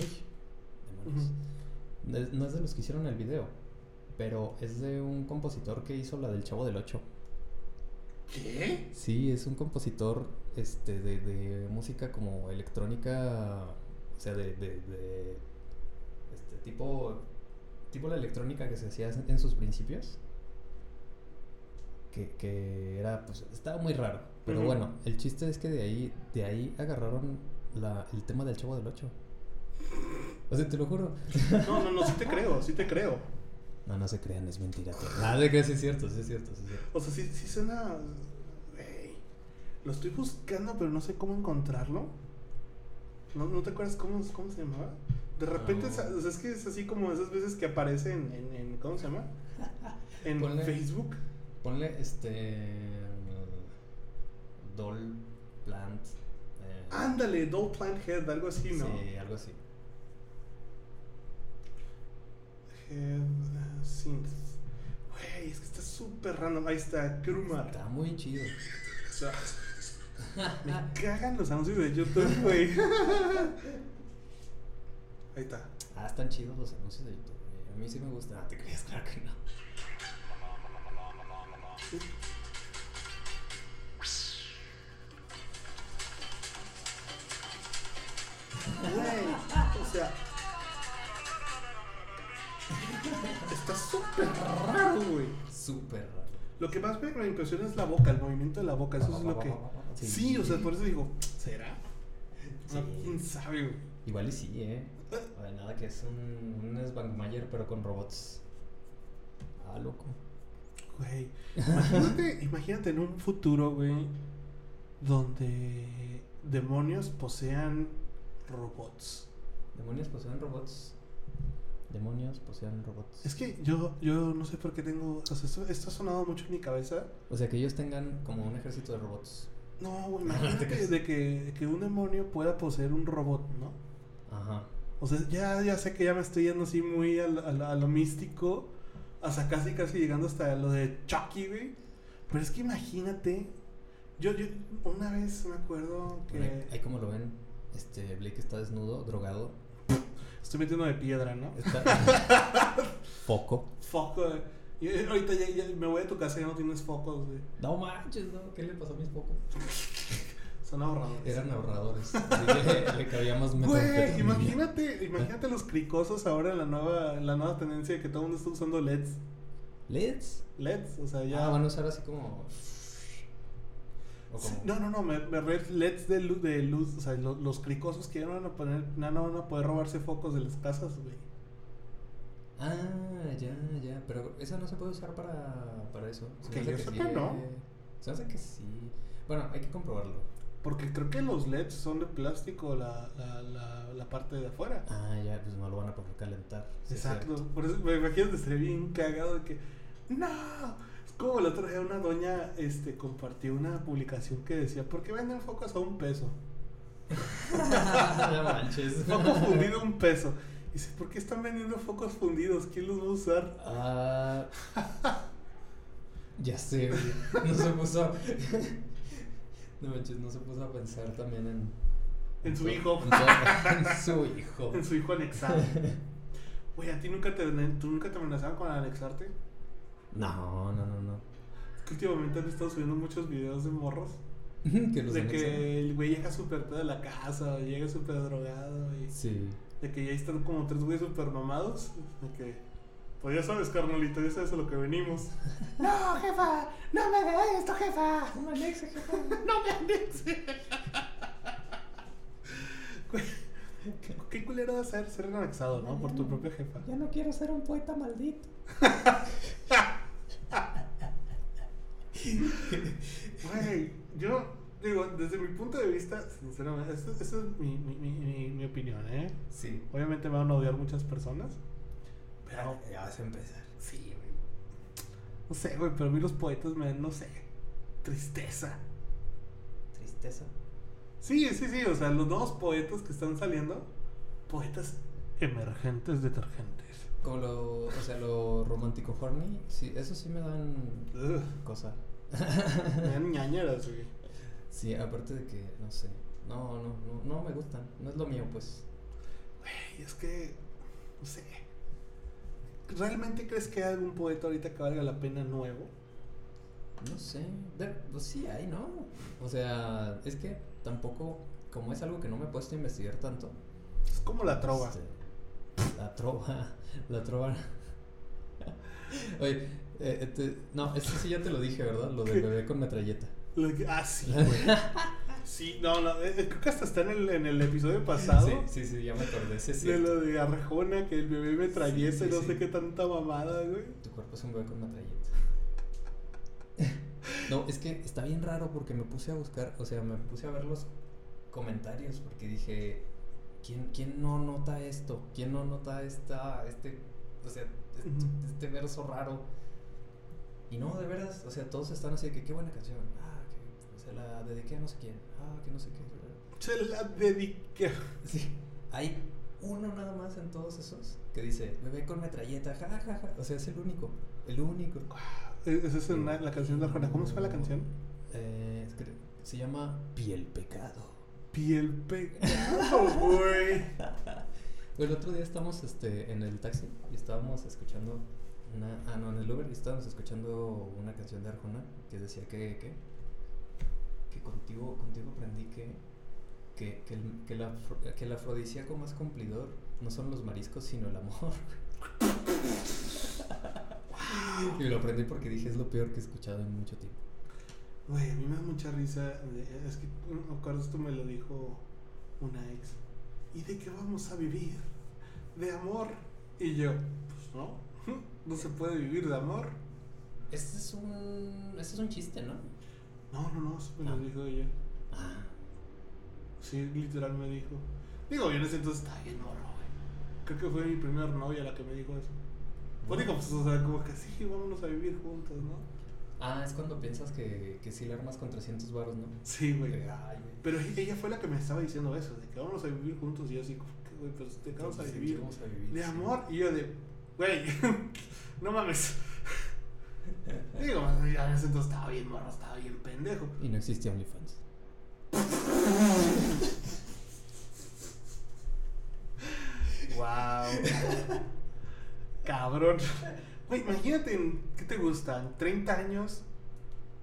[SPEAKER 2] eh, uy, demonios. No es- No es de los que hicieron el video, pero es de un compositor que hizo la del Chavo del Ocho.
[SPEAKER 1] ¿Qué?
[SPEAKER 2] Sí, es un compositor este, de, de música como electrónica, o sea, de, de- de, este, tipo, tipo la electrónica que se hacía en en sus principios, que, que era, pues, estaba muy raro. Pero
[SPEAKER 1] Ujú.
[SPEAKER 2] bueno, el chiste es que de ahí, de ahí agarraron la- el tema del Chavo del Ocho. O sea, te lo juro.
[SPEAKER 1] No, no, no, sí te creo, sí te creo.
[SPEAKER 2] No, no se crean, es mentira. todo. Ah, de que sí es cierto, sí es cierto, sí es cierto.
[SPEAKER 1] O sea, sí, sí suena. Ey, Lo estoy buscando, pero no sé cómo encontrarlo. ¿No, no te acuerdas cómo, cómo se llamaba? De repente,
[SPEAKER 2] No.
[SPEAKER 1] sa- o sea, es que es así como esas veces que aparece en. en- en- ¿Cómo se llama? En
[SPEAKER 2] Ponle-
[SPEAKER 1] Facebook.
[SPEAKER 2] Ponle este. mm, Doll Plant. eh,
[SPEAKER 1] Ándale, Doll Plant Head, algo así, Ah, ¿no?
[SPEAKER 2] Sí, algo así.
[SPEAKER 1] Head uh, Synth. Güey, es que está súper random. Ahí está, Krumar.
[SPEAKER 2] Está muy chido.
[SPEAKER 1] O sea, me cagan los anuncios de YouTube, güey. Ahí está.
[SPEAKER 2] Ah, están chidos los anuncios de YouTube. güey. A mí sí me gusta. Ah, te creías, claro que no.
[SPEAKER 1] Güey, o sea. Está súper raro, güey.
[SPEAKER 2] Súper raro.
[SPEAKER 1] Lo que más me me impresiona es la boca, el movimiento de la boca. Eso es lo que. Sí, o sea, por eso digo, ¿será?
[SPEAKER 2] Sí.
[SPEAKER 1] No, ¿Quién sabe, güey?
[SPEAKER 2] Igual y sí, ¿eh? O de nada que es un, un Svankmajer, pero con robots. Ah, loco.
[SPEAKER 1] Güey, imagínate, imagínate en un futuro, güey, donde demonios posean robots.
[SPEAKER 2] Demonios poseen robots. Demonios poseen robots.
[SPEAKER 1] Es que yo, yo no sé por qué tengo. O sea, esto, esto ha sonado mucho en mi cabeza.
[SPEAKER 2] O sea, que ellos tengan como un ejército de robots.
[SPEAKER 1] No, güey,
[SPEAKER 2] No te
[SPEAKER 1] imagínate
[SPEAKER 2] creas.
[SPEAKER 1] de que, que un demonio pueda poseer un robot, ¿no?
[SPEAKER 2] Ajá.
[SPEAKER 1] O sea, ya, ya sé que ya me estoy yendo así muy a, lo- a lo- a lo místico. Hasta casi, casi llegando hasta lo de Chucky, güey. Pero es que imagínate. Yo, yo una vez me acuerdo que.
[SPEAKER 2] Bueno, ahí- ahí como lo ven, este Blake está desnudo, drogado.
[SPEAKER 1] Estoy metiendo de piedra, ¿no?
[SPEAKER 2] Está foco.
[SPEAKER 1] Foco. güey. Y, eh, ahorita ya, ya me voy a tu casa y ya no tienes focos, güey.
[SPEAKER 2] No manches, ¿no? ¿Qué le pasó a mis focos?
[SPEAKER 1] Son ahorradores.
[SPEAKER 2] Eran ahorradores. así que le cabíamos
[SPEAKER 1] Güey, imagínate, imagínate los cricosos ahora en la nueva, en la nueva tendencia de que todo el mundo está usando E LEDs.
[SPEAKER 2] ¿LEDs?
[SPEAKER 1] LEDs, E o sea, ya.
[SPEAKER 2] Ya ah, van a usar así como. O
[SPEAKER 1] Sí,
[SPEAKER 2] como.
[SPEAKER 1] no, no, no, me, me refiero a LEDs de luz, de luz, o sea, lo- los cricosos que ya no van a poner, ya no van a poder robarse focos de las casas, güey.
[SPEAKER 2] Ah, ya, ya. Pero esa no se puede usar para, para eso. Se me
[SPEAKER 1] Que
[SPEAKER 2] hace
[SPEAKER 1] yo sepa,
[SPEAKER 2] sí,
[SPEAKER 1] no.
[SPEAKER 2] eh. Se me hace que sí. Bueno, hay que comprobarlo.
[SPEAKER 1] Porque creo que los LEDs son de plástico la, la, la, la parte de afuera.
[SPEAKER 2] Ah, ya, pues no lo van a poder calentar. sí es
[SPEAKER 1] Exacto.
[SPEAKER 2] cierto.
[SPEAKER 1] Por eso me imagino que estaría bien cagado de que. ¡No! Es como la otra vez una doña este, compartió una publicación que decía, ¿por qué venden focos a un peso?
[SPEAKER 2] no manches.
[SPEAKER 1] Foco fundido un peso. Y dice, ¿por qué están vendiendo focos fundidos? ¿Quién los va a usar?
[SPEAKER 2] Ah. ya sé, güey. No se puso. a- no manches, no se puso a pensar también en.
[SPEAKER 1] En su hijo.
[SPEAKER 2] En, su- en su hijo.
[SPEAKER 1] En su hijo anexado. Güey, ¿a ti nunca te, tú nunca te amenazaban con anexarte?
[SPEAKER 2] No, no, no, no.
[SPEAKER 1] Es que últimamente han estado subiendo muchos videos de morros.
[SPEAKER 2] que los
[SPEAKER 1] De
[SPEAKER 2] anexen.
[SPEAKER 1] que el güey llega súper pedo a la casa, o llega súper drogado. Y...
[SPEAKER 2] Sí.
[SPEAKER 1] De que ya están como tres güeyes super mamados. De que. Pues ya sabes, carnalito, ya sabes a lo que venimos. ¡No, jefa! ¡No me de esto, jefa! ¡No me anexe, jefa! ¡No me anexe! Qué- Qué culero de ser, ser anexado, ¿no? Por tu propia jefa.
[SPEAKER 2] Ya no quiero ser un poeta maldito.
[SPEAKER 1] Güey, yo digo, desde mi punto de vista, sinceramente, esta esta es mi, mi, mi, mi- mi opinión, ¿eh?
[SPEAKER 2] Sí.
[SPEAKER 1] Obviamente me van a odiar muchas personas, pero
[SPEAKER 2] Pero
[SPEAKER 1] Oh.
[SPEAKER 2] ya vas a empezar.
[SPEAKER 1] sí, güey. No sé, güey, pero a mí los poetas me dan, no sé, tristeza.
[SPEAKER 2] Tristeza.
[SPEAKER 1] Sí, sí, sí, o sea, los nuevos poetas que están saliendo, poetas emergentes detergentes.
[SPEAKER 2] Como lo, o sea, lo romántico horny, sí, eso sí me dan
[SPEAKER 1] Ugh,
[SPEAKER 2] cosa.
[SPEAKER 1] me dan ñañeras, güey.
[SPEAKER 2] Sí, aparte de que, no sé, no, no, no, no me gustan, no es lo mío, pues.
[SPEAKER 1] Güey, es que, no sé. ¿Realmente crees que hay algún poeta ahorita que valga la pena nuevo?
[SPEAKER 2] No sé, de- pues sí hay, ¿no? O sea, es que tampoco, como es algo que no me he puesto a investigar tanto.
[SPEAKER 1] Es como la trova.
[SPEAKER 2] este, la trova, la trova. Oye, eh, este, no, esto sí ya te lo dije, ¿verdad? Lo del bebé con metralleta.
[SPEAKER 1] Lo que- Ah, sí, güey. Sí, no, no, eh, eh, creo que hasta está en el, en el episodio pasado.
[SPEAKER 2] Sí, sí, sí, ya me acordé, sí, sí.
[SPEAKER 1] De lo de Arjona, que el bebé me trayese,
[SPEAKER 2] Sí, sí,
[SPEAKER 1] no
[SPEAKER 2] sí.
[SPEAKER 1] sé qué tanta mamada, güey.
[SPEAKER 2] Tu cuerpo es un bebé con metralleta. No, es que está bien raro porque me puse a buscar, o sea, me puse a ver los comentarios porque dije, ¿quién, quién no nota esto? ¿Quién no nota esta, este, o sea, este,
[SPEAKER 1] Ujú.
[SPEAKER 2] este verso raro? Y no, de veras, o sea, todos están así de que qué buena canción. Ah, que se la dediqué a no sé quién. Ah, que no sé qué.
[SPEAKER 1] Se la dediqué.
[SPEAKER 2] Sí, hay uno nada más en todos esos que dice, bebé con metralleta, jajaja. O sea, es el único, el único.
[SPEAKER 1] Eh, Esa es una- la canción de Arjona. ¿Cómo se llama la canción?
[SPEAKER 2] Eh, es que se llama Piel Pecado.
[SPEAKER 1] Piel pecado, güey.
[SPEAKER 2] El otro día estamos este, en el taxi y estábamos escuchando una. Ah, no, en el Uber y estábamos escuchando una canción de Arjona que decía que. que, que contigo, contigo aprendí que. Que, que, el, que, el afro- que el afrodisíaco más cumplidor no son los mariscos, sino el amor. y lo aprendí porque dije es lo peor que he escuchado en mucho tiempo.
[SPEAKER 1] Güey, a mí me da mucha risa. eh, Es que, mm, me acuerdo, esto me lo dijo una ex. ¿Y de qué vamos a vivir? De amor. Y yo, pues no. No se puede vivir de amor.
[SPEAKER 2] Este es un, este es un chiste, ¿no?
[SPEAKER 1] No, no, no, eso me lo
[SPEAKER 2] Ah.
[SPEAKER 1] dijo ella.
[SPEAKER 2] Ah.
[SPEAKER 1] Sí, literal me dijo. Digo, yo en ese entonces estaba bien morro, güey. Creo que fue mi primer novia la que me dijo eso. Pues digo, pues, o sea, como que sí, vámonos a vivir juntos, ¿no?
[SPEAKER 2] Ah, es cuando piensas que, que si le armas con 300 varos, ¿no?
[SPEAKER 1] Sí, güey.
[SPEAKER 2] Ay, güey.
[SPEAKER 1] Pero e-, ella fue la que me estaba diciendo eso, de que vámonos a vivir juntos. Y yo así, como que, güey, pues te vamos a
[SPEAKER 2] Sí,
[SPEAKER 1] vivir.
[SPEAKER 2] vamos a vivir,
[SPEAKER 1] De
[SPEAKER 2] sí.
[SPEAKER 1] amor. Y yo de, güey, no mames. Digo, ya en ese entonces estaba bien morro, estaba bien pendejo.
[SPEAKER 2] Y no existe OnlyFans.
[SPEAKER 1] Wow. Cabrón. Güey, imagínate, en- ¿qué te gustan? 30 años.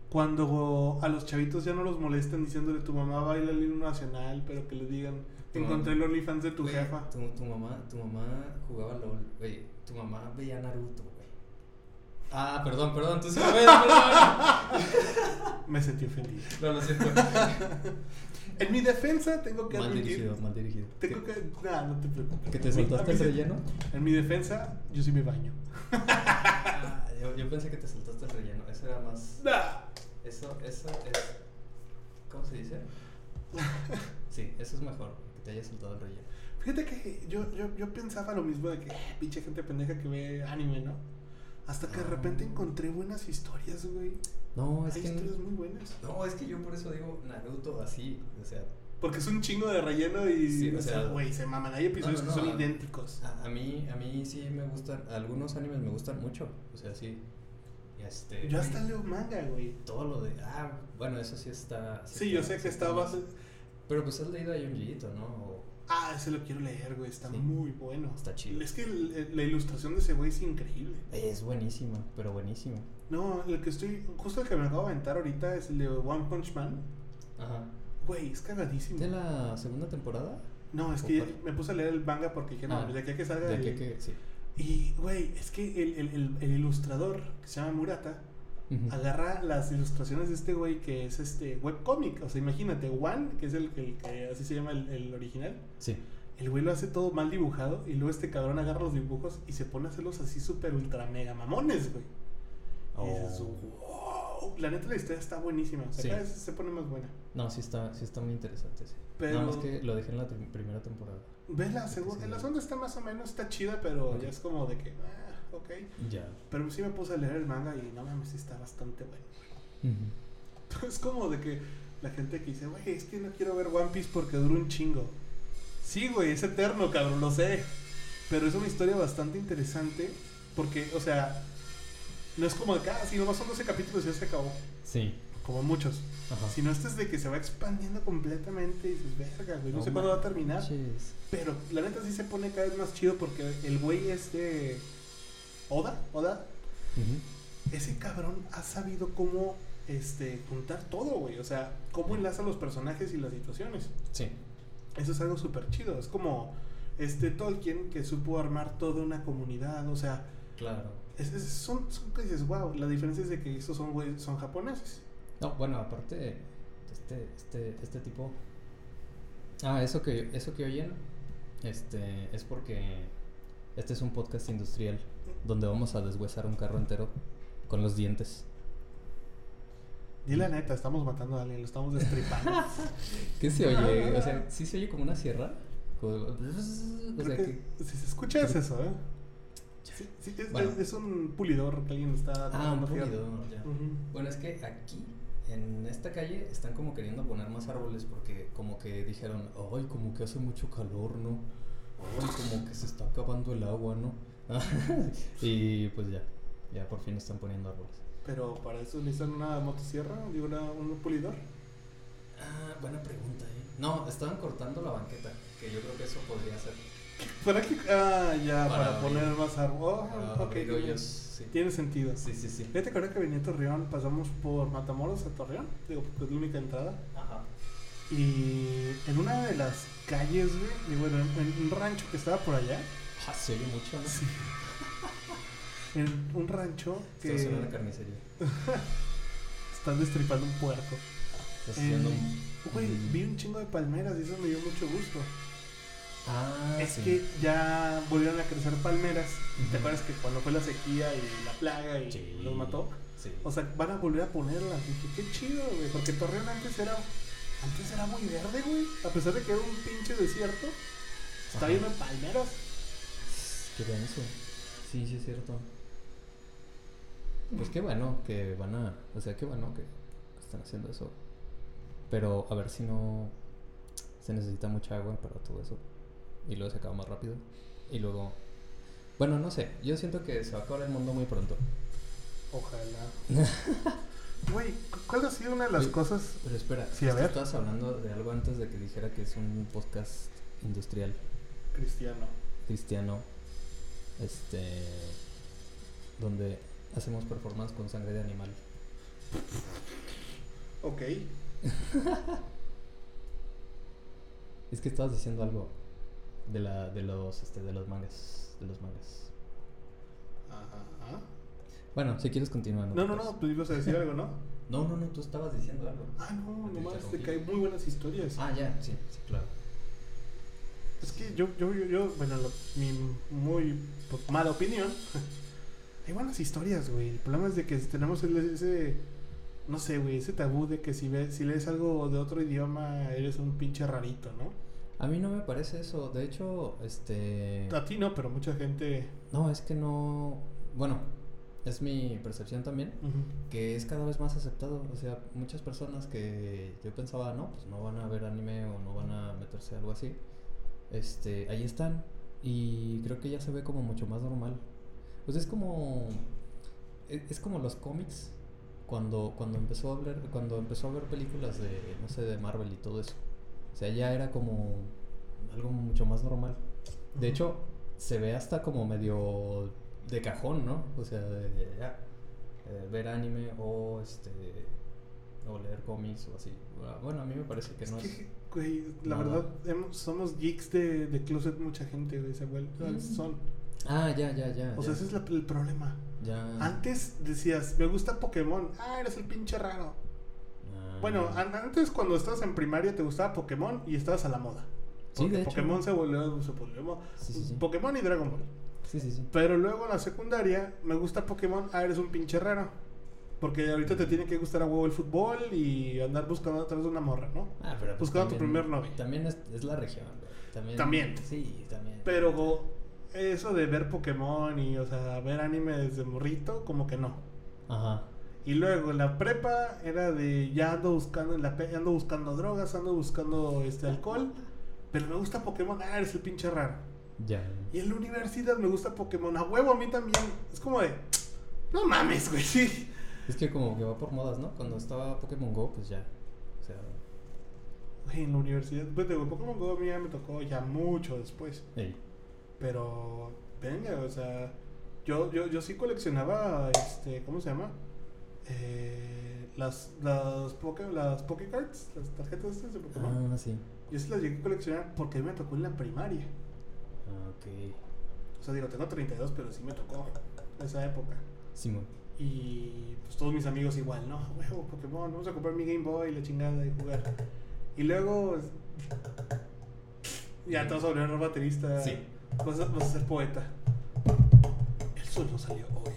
[SPEAKER 1] Cuando a los chavitos ya no los molestan diciéndole tu mamá baila el himno nacional, pero que le digan,
[SPEAKER 2] Tu
[SPEAKER 1] encontré el
[SPEAKER 2] mamá.
[SPEAKER 1] OnlyFans de tu
[SPEAKER 2] Güey,
[SPEAKER 1] jefa.
[SPEAKER 2] Tu, tu mamá, tu mamá jugaba LOL, güey. Tu mamá veía Naruto, güey. Ah, perdón, perdón, tú sí lo ves, perdón.
[SPEAKER 1] Me sentí ofendido.
[SPEAKER 2] No, lo siento.
[SPEAKER 1] En mi defensa tengo que
[SPEAKER 2] mal
[SPEAKER 1] admitir.
[SPEAKER 2] dirigido, mal dirigido.
[SPEAKER 1] Tengo
[SPEAKER 2] que,
[SPEAKER 1] que. Nah, no te preocupes.
[SPEAKER 2] que
[SPEAKER 1] A
[SPEAKER 2] te
[SPEAKER 1] mí- a mí
[SPEAKER 2] soltaste el
[SPEAKER 1] sí-
[SPEAKER 2] relleno?
[SPEAKER 1] En mi defensa, yo sí me baño.
[SPEAKER 2] Ah, yo, yo pensé que te soltaste el relleno. Eso era más.
[SPEAKER 1] Nah.
[SPEAKER 2] Eso, eso es. ¿Cómo se dice? Sí, eso es mejor, que te hayas soltado el relleno.
[SPEAKER 1] Fíjate que yo, yo, yo pensaba lo mismo de que, eh, pinche gente pendeja que ve anime, ¿no? Hasta que de repente encontré buenas historias, güey.
[SPEAKER 2] No, Ah. Pues es
[SPEAKER 1] Hay
[SPEAKER 2] que.
[SPEAKER 1] historias muy buenas.
[SPEAKER 2] No, es que yo por eso digo Naruto así, o sea,
[SPEAKER 1] Porque es un chingo de relleno y.
[SPEAKER 2] Sí, o
[SPEAKER 1] o sea,
[SPEAKER 2] sea,
[SPEAKER 1] güey, se maman. Hay episodios
[SPEAKER 2] no, no,
[SPEAKER 1] que son
[SPEAKER 2] no.
[SPEAKER 1] idénticos.
[SPEAKER 2] a, a mí a mí sí me gustan, algunos animes me gustan mucho, o sea, sí. Este,
[SPEAKER 1] Yo hasta leo manga, güey.
[SPEAKER 2] todo lo de ah, bueno, eso sí está
[SPEAKER 1] Sí, yo
[SPEAKER 2] está-
[SPEAKER 1] sé que
[SPEAKER 2] está
[SPEAKER 1] estabas.
[SPEAKER 2] más. Pero pues has leído a Junjiito, ¿no? O-
[SPEAKER 1] Ah, ese lo quiero leer, güey. Está
[SPEAKER 2] Sí.
[SPEAKER 1] muy bueno.
[SPEAKER 2] Está chido.
[SPEAKER 1] Es que el- la ilustración de ese güey es increíble.
[SPEAKER 2] Es buenísima, pero buenísima.
[SPEAKER 1] No, el que estoy. Justo el que me acabo de aventar ahorita es el de One Punch Man.
[SPEAKER 2] Ajá.
[SPEAKER 1] Güey, es cagadísimo.
[SPEAKER 2] ¿De la segunda temporada?
[SPEAKER 1] No, es que ya-
[SPEAKER 2] ¿O cuál?
[SPEAKER 1] me puse a leer el manga porque dije, no,
[SPEAKER 2] Ah,
[SPEAKER 1] de aquí a que salga.
[SPEAKER 2] De
[SPEAKER 1] el-
[SPEAKER 2] que, que sí.
[SPEAKER 1] Y, güey, es que el, el- el- el ilustrador que se llama Murata
[SPEAKER 2] Ujú.
[SPEAKER 1] agarra las ilustraciones de este güey que es este webcomic. O sea, imagínate, One, que es el el que así se llama el, el original.
[SPEAKER 2] Sí.
[SPEAKER 1] El güey lo hace todo mal dibujado y luego este cabrón agarra los dibujos y se pone a hacerlos así súper ultra mega mamones, güey. Y dices,
[SPEAKER 2] Oh.
[SPEAKER 1] wow. La neta la historia está buenísima. O sea,
[SPEAKER 2] Sí.
[SPEAKER 1] cada vez se pone más buena.
[SPEAKER 2] No, sí está, sí está muy interesante. sí.
[SPEAKER 1] Pero-
[SPEAKER 2] Nada más que lo dejé en la tem- primera temporada.
[SPEAKER 1] Ves la segunda.
[SPEAKER 2] Sí.
[SPEAKER 1] La segunda está más o menos, está chida, pero
[SPEAKER 2] Ok.
[SPEAKER 1] ya es como de que, ah, ok.
[SPEAKER 2] Ya.
[SPEAKER 1] Pero sí me puse a leer el manga y no mames, sí está bastante bueno. Es como de que la gente que dice, güey, es que no quiero ver One Piece porque dura un chingo. Sí, güey, es eterno, cabrón, lo sé. Pero es una historia bastante interesante porque, o sea, no es como de que, ah, si nomás son 12 capítulos y ya se acabó.
[SPEAKER 2] Sí.
[SPEAKER 1] Como muchos.
[SPEAKER 2] Ajá.
[SPEAKER 1] Sino este es de que se va expandiendo completamente y dices, verga, güey, no,
[SPEAKER 2] No
[SPEAKER 1] sé cuándo va a terminar.
[SPEAKER 2] Manches.
[SPEAKER 1] Pero la neta sí se pone cada vez más chido porque el güey es de Oda, Oda,
[SPEAKER 2] Ujú.
[SPEAKER 1] ese cabrón ha sabido cómo este, juntar todo, güey. O sea, cómo enlaza los personajes y las situaciones.
[SPEAKER 2] Sí.
[SPEAKER 1] Eso es algo súper chido. Es como este Tolkien que supo armar toda una comunidad. O sea,
[SPEAKER 2] Claro.
[SPEAKER 1] es- es- son, son que dices, wow. La diferencia es de que estos son, güey, son japoneses.
[SPEAKER 2] No, bueno, aparte, este, este, este tipo. Ah, eso que, eso que oyen este, es porque este es un podcast industrial donde vamos a deshuesar un carro entero con los dientes.
[SPEAKER 1] Y la neta, estamos matando a alguien, lo estamos destripando.
[SPEAKER 2] Pues ¿Qué se oye? O sea, ¿sí se oye como una sierra? Como- O sea,
[SPEAKER 1] Creo
[SPEAKER 2] que...
[SPEAKER 1] que si se escucha es
[SPEAKER 2] creo-
[SPEAKER 1] eso, ¿eh? Sí, sí, es,
[SPEAKER 2] Bueno.
[SPEAKER 1] es- es un pulidor que alguien está...
[SPEAKER 2] Ah, un
[SPEAKER 1] tomando fierro.
[SPEAKER 2] pulidor, ya.
[SPEAKER 1] Ujú.
[SPEAKER 2] Bueno, es que aquí, en esta calle, están como queriendo poner más árboles porque como que dijeron, ay, como que hace mucho calor, ¿no? Ay, como que se está acabando el agua, ¿no? y pues ya, ya por fin están poniendo árboles.
[SPEAKER 1] Pero para eso necesitan una motosierra, digo, una, un pulidor.
[SPEAKER 2] Ah, buena pregunta, ¿eh? No, estaban cortando la banqueta, que yo creo que eso podría ser.
[SPEAKER 1] ¿Para qué? Ah, ya, para,
[SPEAKER 2] Para
[SPEAKER 1] poner
[SPEAKER 2] abrir-
[SPEAKER 1] más árbol. Oh,
[SPEAKER 2] para
[SPEAKER 1] ok,
[SPEAKER 2] abrir
[SPEAKER 1] tiene-
[SPEAKER 2] hoyos, sí.
[SPEAKER 1] Tiene sentido.
[SPEAKER 2] Sí, sí, sí.
[SPEAKER 1] Fíjate que ahora que venía a Torreón, pasamos por Matamoros a Torreón, digo, porque es la única entrada.
[SPEAKER 2] Ajá.
[SPEAKER 1] Y en una de las calles, güey, y bueno, en, en un rancho que estaba por allá,
[SPEAKER 2] Ah, se oye mucho, ¿no? Sí.
[SPEAKER 1] en un rancho que
[SPEAKER 2] Estamos en una carnicería.
[SPEAKER 1] están destripando un puerco.
[SPEAKER 2] Estás
[SPEAKER 1] Eh,
[SPEAKER 2] haciendo...
[SPEAKER 1] Güey,
[SPEAKER 2] Mm.
[SPEAKER 1] vi un chingo de palmeras y eso me dio mucho gusto.
[SPEAKER 2] Ah,
[SPEAKER 1] Es
[SPEAKER 2] sí.
[SPEAKER 1] que ya volvieron a crecer palmeras. ¿Te
[SPEAKER 2] Ujú.
[SPEAKER 1] acuerdas que cuando fue la sequía y la plaga y
[SPEAKER 2] Sí.
[SPEAKER 1] los mató?
[SPEAKER 2] Sí.
[SPEAKER 1] O sea, van a volver a ponerlas. Dije, qué chido, güey. Porque Torreón antes era. Antes era muy verde, güey. A pesar de que era un pinche desierto, está
[SPEAKER 2] Ajá.
[SPEAKER 1] lleno de palmeras.
[SPEAKER 2] Qué denso. Sí, sí es cierto. Pues qué bueno que van a. O sea, qué bueno que están haciendo eso. Pero a ver si no. Se necesita mucha agua para todo eso. Y luego se acaba más rápido. Y luego. Bueno, no sé. Yo siento que se va a acabar el mundo muy pronto.
[SPEAKER 1] Ojalá. Güey, cu- ¿cuál ha sido una de las
[SPEAKER 2] Oye.
[SPEAKER 1] cosas?
[SPEAKER 2] Pero espera,
[SPEAKER 1] Sí, a
[SPEAKER 2] tú
[SPEAKER 1] ver.
[SPEAKER 2] estabas hablando de algo antes de que dijera que es un podcast industrial
[SPEAKER 1] Cristiano.
[SPEAKER 2] cristiano. Este. Donde hacemos performance con sangre de animal.
[SPEAKER 1] Ok.
[SPEAKER 2] Es que estabas diciendo algo de la de los este de los mangas, de los mangas.
[SPEAKER 1] Ajá.
[SPEAKER 2] Bueno, si quieres continuar.
[SPEAKER 1] No,
[SPEAKER 2] te
[SPEAKER 1] no,
[SPEAKER 2] preocupes.
[SPEAKER 1] no, tú ibas a decir algo, ¿no?
[SPEAKER 2] No, no, no, tú estabas diciendo algo.
[SPEAKER 1] Ah, no,
[SPEAKER 2] Te
[SPEAKER 1] nomás
[SPEAKER 2] interrumpí.
[SPEAKER 1] te caen muy buenas historias.
[SPEAKER 2] Ah, ya, sí, sí, claro.
[SPEAKER 1] Es que yo, yo, yo, yo bueno, lo- mi muy pues, mala opinión. Hay buenas historias, güey. El problema es de que tenemos el- ese, no sé, güey, ese tabú de que si, ves, si lees algo de otro idioma eres un pinche rarito, ¿no?
[SPEAKER 2] A mí no me parece eso, de hecho, este
[SPEAKER 1] A ti no, pero mucha gente...
[SPEAKER 2] no, es que no, bueno, es mi percepción también
[SPEAKER 1] ujú.
[SPEAKER 2] que es cada vez más aceptado, o sea, muchas personas que yo pensaba, no, pues no van a ver anime o no van a meterse a algo así. Este, ahí están y creo que ya se ve como mucho más normal. Pues es como e- es como los cómics cuando cuando empezó a hablar cuando empezó a ver películas de no sé, de Marvel y todo eso. O sea, ya era como algo mucho más normal. De hecho, se ve hasta como medio de cajón, ¿no? O sea, de- de- ya, eh, ver anime o este o leer cómics o así. Ah, Bueno, a mí me parece que
[SPEAKER 1] Es
[SPEAKER 2] no es
[SPEAKER 1] que, güey, la
[SPEAKER 2] nada.
[SPEAKER 1] verdad, hemos- somos geeks de, de closet mucha gente, güey, se vuel-
[SPEAKER 2] Mm.
[SPEAKER 1] son.
[SPEAKER 2] Ah, ya, ya, ya.
[SPEAKER 1] O sea,
[SPEAKER 2] ya.
[SPEAKER 1] ese es la- el problema.
[SPEAKER 2] Ya.
[SPEAKER 1] Antes decías, me gusta Pokémon. Ah, eres el pinche raro.
[SPEAKER 2] Ah.
[SPEAKER 1] Bueno, an- antes cuando estabas en primaria te gustaba Pokémon y estabas a la moda.
[SPEAKER 2] Sí,
[SPEAKER 1] Porque
[SPEAKER 2] de hecho.
[SPEAKER 1] Pokémon se volvió, se volvió mo-
[SPEAKER 2] Sí, sí, sí.
[SPEAKER 1] Pokémon y Dragon Ball.
[SPEAKER 2] Sí, sí, sí.
[SPEAKER 1] Pero luego en la secundaria, me gusta Pokémon, ah, eres un pinche raro. Porque ahorita te tiene que gustar a huevo el fútbol y andar buscando atrás de una morra, ¿no?
[SPEAKER 2] Ah, pero pues
[SPEAKER 1] Buscando tu
[SPEAKER 2] también-
[SPEAKER 1] primer novio.
[SPEAKER 2] También es, es la región, güey. También.
[SPEAKER 1] También.
[SPEAKER 2] Sí, también.
[SPEAKER 1] Pero eso de ver Pokémon y, o sea, ver anime desde morrito, como que no.
[SPEAKER 2] Ajá.
[SPEAKER 1] Y luego la prepa era de ya ando buscando en la pe- ando buscando drogas, ando buscando este alcohol, pero me gusta Pokémon, ah, eres el pinche raro.
[SPEAKER 2] Ya.
[SPEAKER 1] Y en la universidad me gusta Pokémon, a huevo a mí también. Es como de no mames, güey. sí.
[SPEAKER 2] Es que como que va por modas, ¿no? Cuando estaba Pokémon Go, pues ya. O sea.
[SPEAKER 1] Güey, en la universidad, pues digo, Pokémon Go a mí ya me tocó ya mucho después,
[SPEAKER 2] Ey.
[SPEAKER 1] pero venga, o sea, yo yo yo sí coleccionaba este, ¿cómo se llama? Eh, las las Poké las Pokécards, las tarjetas estas de Pokémon.
[SPEAKER 2] Ah, sí.
[SPEAKER 1] Yo se las llegué a coleccionar porque me tocó en la primaria.
[SPEAKER 2] Ah, ok.
[SPEAKER 1] O sea, digo, tengo 32, pero sí me tocó esa época.
[SPEAKER 2] Simón.
[SPEAKER 1] Y pues todos mis amigos igual, ¿no? Huevo, Pokémon, vamos a comprar mi Game Boy, la chingada y jugar. Y luego. pues, Ya te vas a volver un baterista.
[SPEAKER 2] Sí.
[SPEAKER 1] Vas a, vas a ser poeta. El sol no salió hoy.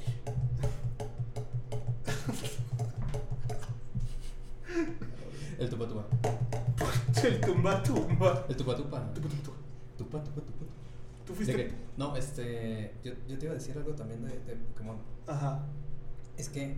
[SPEAKER 2] El tupa tupa.
[SPEAKER 1] El tumba tumba.
[SPEAKER 2] El tupa tupa.
[SPEAKER 1] Tucu, tucu, tucu.
[SPEAKER 2] Tupa tupa tupa.
[SPEAKER 1] Tú
[SPEAKER 2] ¿De
[SPEAKER 1] fuiste.
[SPEAKER 2] qué? No, este. Yo, yo te iba a decir algo también de, de Pokémon.
[SPEAKER 1] Ajá.
[SPEAKER 2] Es que.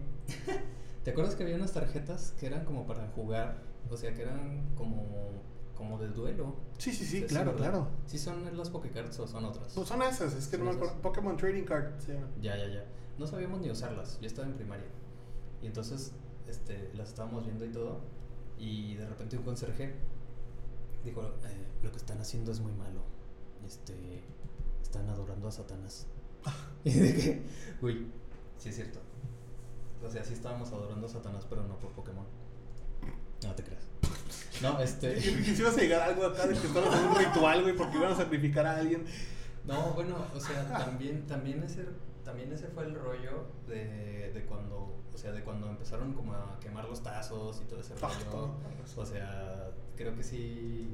[SPEAKER 2] ¿Te acuerdas que había unas tarjetas que eran como para jugar? O sea, que eran como. Como de duelo.
[SPEAKER 1] Sí, sí, sí,
[SPEAKER 2] Sí,
[SPEAKER 1] claro,
[SPEAKER 2] ¿verdad?
[SPEAKER 1] claro.
[SPEAKER 2] ¿Sí son las Pokécards o son otras?
[SPEAKER 1] Pues son esas, es que no me
[SPEAKER 2] Son esas.
[SPEAKER 1] acuerdo. Pokémon Trading Card se llama.
[SPEAKER 2] Ya, ya, ya. No sabíamos ni usarlas. Yo estaba en primaria. Y entonces este, las estábamos viendo y todo. Y de repente un conserje dijo, "Eh, lo que están haciendo es muy malo. Este, están adorando a Satanás. y dije, uy, sí es cierto. O sea, sí estábamos adorando a Satanás, pero no por Pokémon. No te creas. No, este...
[SPEAKER 1] Quisieras llegar a algo acá de que estaban haciendo un ritual, güey, porque iban a sacrificar a alguien.
[SPEAKER 2] No, bueno, o sea, también, también ese, también ese fue el rollo de, de cuando, o sea, de cuando empezaron como a quemar los tazos y todo ese
[SPEAKER 1] Ah,
[SPEAKER 2] rollo.
[SPEAKER 1] todo.
[SPEAKER 2] O sea, creo que sí,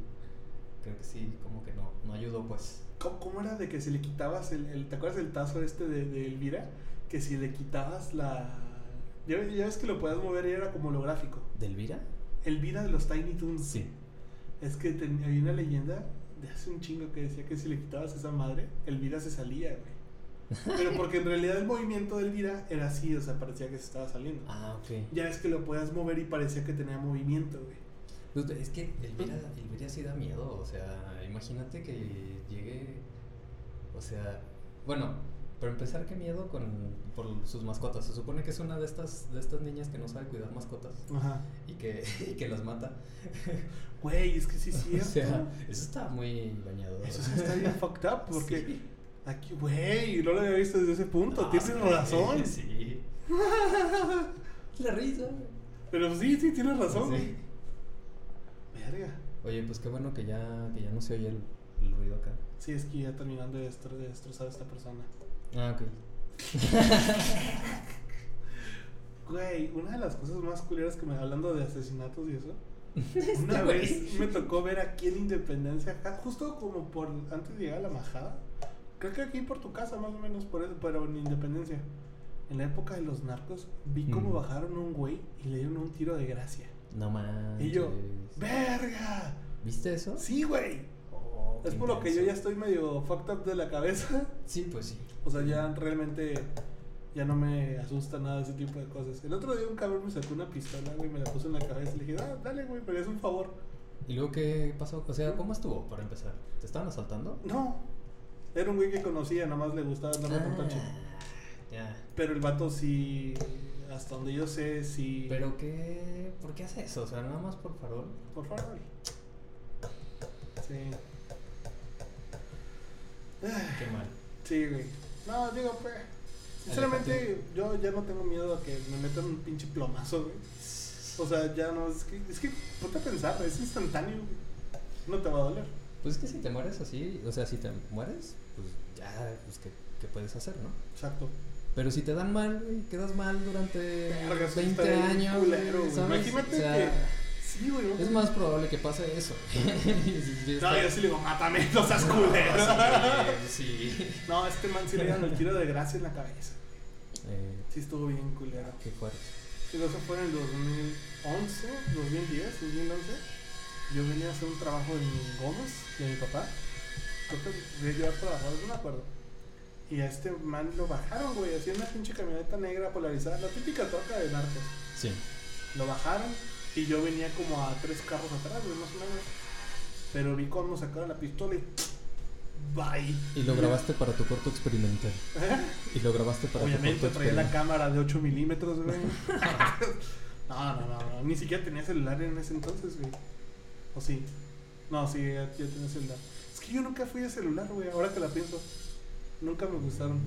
[SPEAKER 2] creo que sí, como que no, no ayudó pues.
[SPEAKER 1] ¿Cómo, cómo era de que si le quitabas el, el- ¿Te acuerdas del tazo este de, de Elvira? Que si le quitabas la. Ya, ves- ya ves que lo podías mover y era como holográfico.
[SPEAKER 2] ¿De Elvira?
[SPEAKER 1] Elvira de los Tiny Toons.
[SPEAKER 2] Sí.
[SPEAKER 1] Es que ten- había una leyenda de hace un chingo que decía que si le quitabas esa madre, Elvira se salía, güey. Pero porque en realidad el movimiento de Elvira era así, o sea, parecía que se estaba saliendo.
[SPEAKER 2] Ah, ok.
[SPEAKER 1] Ya ves que lo podías mover y parecía que tenía movimiento, güey.
[SPEAKER 2] Dude, Pues, Es que Elvira, Elvira sí da miedo, o sea, imagínate que llegue, o sea, bueno, para empezar, qué miedo con, por sus mascotas. Se supone que es una de estas, de estas niñas que no sabe cuidar mascotas.
[SPEAKER 1] Ajá.
[SPEAKER 2] y que, y que las mata.
[SPEAKER 1] Güey, es que sí es
[SPEAKER 2] O
[SPEAKER 1] cierto.
[SPEAKER 2] sea, eso está muy bañado.
[SPEAKER 1] Eso sí está bien fucked up porque
[SPEAKER 2] Sí.
[SPEAKER 1] aquí, güey, no lo había visto desde ese punto.
[SPEAKER 2] Ah,
[SPEAKER 1] tienes
[SPEAKER 2] sí,
[SPEAKER 1] razón.
[SPEAKER 2] Sí. La risa. güey.
[SPEAKER 1] Pero sí, sí, tienes razón.
[SPEAKER 2] Sí.
[SPEAKER 1] Verga.
[SPEAKER 2] Oye, pues qué bueno que ya, que ya no se oye el, el ruido acá.
[SPEAKER 1] Sí, es que ya terminando de, destro- de destrozar a esta persona.
[SPEAKER 2] Ah, ok.
[SPEAKER 1] Güey, una de las cosas más culeras que me hablando de asesinatos y eso. Una
[SPEAKER 2] Este güey.
[SPEAKER 1] vez me tocó ver aquí en Independencia, ja- justo como por antes de llegar a la majada. Creo que aquí por tu casa, más o menos, por eso, pero en Independencia. En la época de los narcos, vi cómo
[SPEAKER 2] Mm.
[SPEAKER 1] bajaron a un güey y le dieron un tiro de gracia.
[SPEAKER 2] No manches.
[SPEAKER 1] Y yo, ¡Verga!
[SPEAKER 2] ¿Viste eso?
[SPEAKER 1] Sí, güey.
[SPEAKER 2] Oh, qué
[SPEAKER 1] Es por lo que yo
[SPEAKER 2] intenso.
[SPEAKER 1] ya estoy medio fucked up de la cabeza.
[SPEAKER 2] Sí, pues sí.
[SPEAKER 1] O sea, ya realmente ya no me asusta nada ese tipo de cosas. El otro día un cabrón me sacó una pistola, güey, me la puso en la cabeza y le dije, ah, dale, güey, pero es un favor.
[SPEAKER 2] ¿Y luego qué pasó? O sea, ¿cómo estuvo para empezar? ¿Te estaban asaltando?
[SPEAKER 1] No. Era un güey que conocía, nada más le gustaba andar con coche.
[SPEAKER 2] Ah, ya.
[SPEAKER 1] Pero el vato sí, hasta donde yo sé, sí...
[SPEAKER 2] ¿Pero qué? ¿Por qué hace eso? O sea, nada más por farol.
[SPEAKER 1] Por favor. Sí. Ah.
[SPEAKER 2] Qué mal.
[SPEAKER 1] Sí, güey. No, digo, pues. Sinceramente, yo ya no tengo miedo a que me metan un pinche plomazo, güey. O sea, ya no. Es que, es que ponte a pensar, es instantáneo, güey. No te va a doler.
[SPEAKER 2] Pues es que si te mueres así, o sea, si te mueres, pues ya, pues que, puedes hacer, ¿no?
[SPEAKER 1] Exacto.
[SPEAKER 2] Pero si te dan mal, güey, quedas mal durante
[SPEAKER 1] Verga, eso está
[SPEAKER 2] 20
[SPEAKER 1] bien
[SPEAKER 2] años.
[SPEAKER 1] culero,
[SPEAKER 2] güey,
[SPEAKER 1] güey.
[SPEAKER 2] ¿sabes?
[SPEAKER 1] Imagínate
[SPEAKER 2] O sea,
[SPEAKER 1] que- Sí, güey.
[SPEAKER 2] Es más probable que pase eso. Sí, sí, sí,
[SPEAKER 1] No,
[SPEAKER 2] está-
[SPEAKER 1] yo sí le digo, mátame, no seas culero.
[SPEAKER 2] Sí.
[SPEAKER 1] No, este man sí le dieron el tiro de gracia en la cabeza.
[SPEAKER 2] Eh,
[SPEAKER 1] Sí estuvo bien culero.
[SPEAKER 2] qué fuerte.
[SPEAKER 1] Digo, eso fue en el 2011, 2010, 2011. Yo venía a hacer un trabajo en Gómez de mi papá. Creo que llegué a llevar trabajadores, no me acuerdo. Y a este man lo bajaron, güey, así en una pinche camioneta negra polarizada, la típica troca de narcos.
[SPEAKER 2] Sí.
[SPEAKER 1] Lo bajaron y yo venía como a tres carros atrás, güey, más o menos. Pero vi cómo sacaron la pistola y. ¡Bye!
[SPEAKER 2] Y lo grabaste para tu corto experimental.
[SPEAKER 1] ¿Eh?
[SPEAKER 2] Y lo grabaste para
[SPEAKER 1] Obviamente
[SPEAKER 2] tu corto
[SPEAKER 1] traía la
[SPEAKER 2] experimental.
[SPEAKER 1] cámara de 8 milímetros, güey. no, no, no, no, Ni siquiera tenía celular en ese entonces, güey. ¿O sí? No, sí, ya, ya tenía celular. Es que yo nunca fui de celular, güey. Ahora que la pienso. Nunca me gustaron.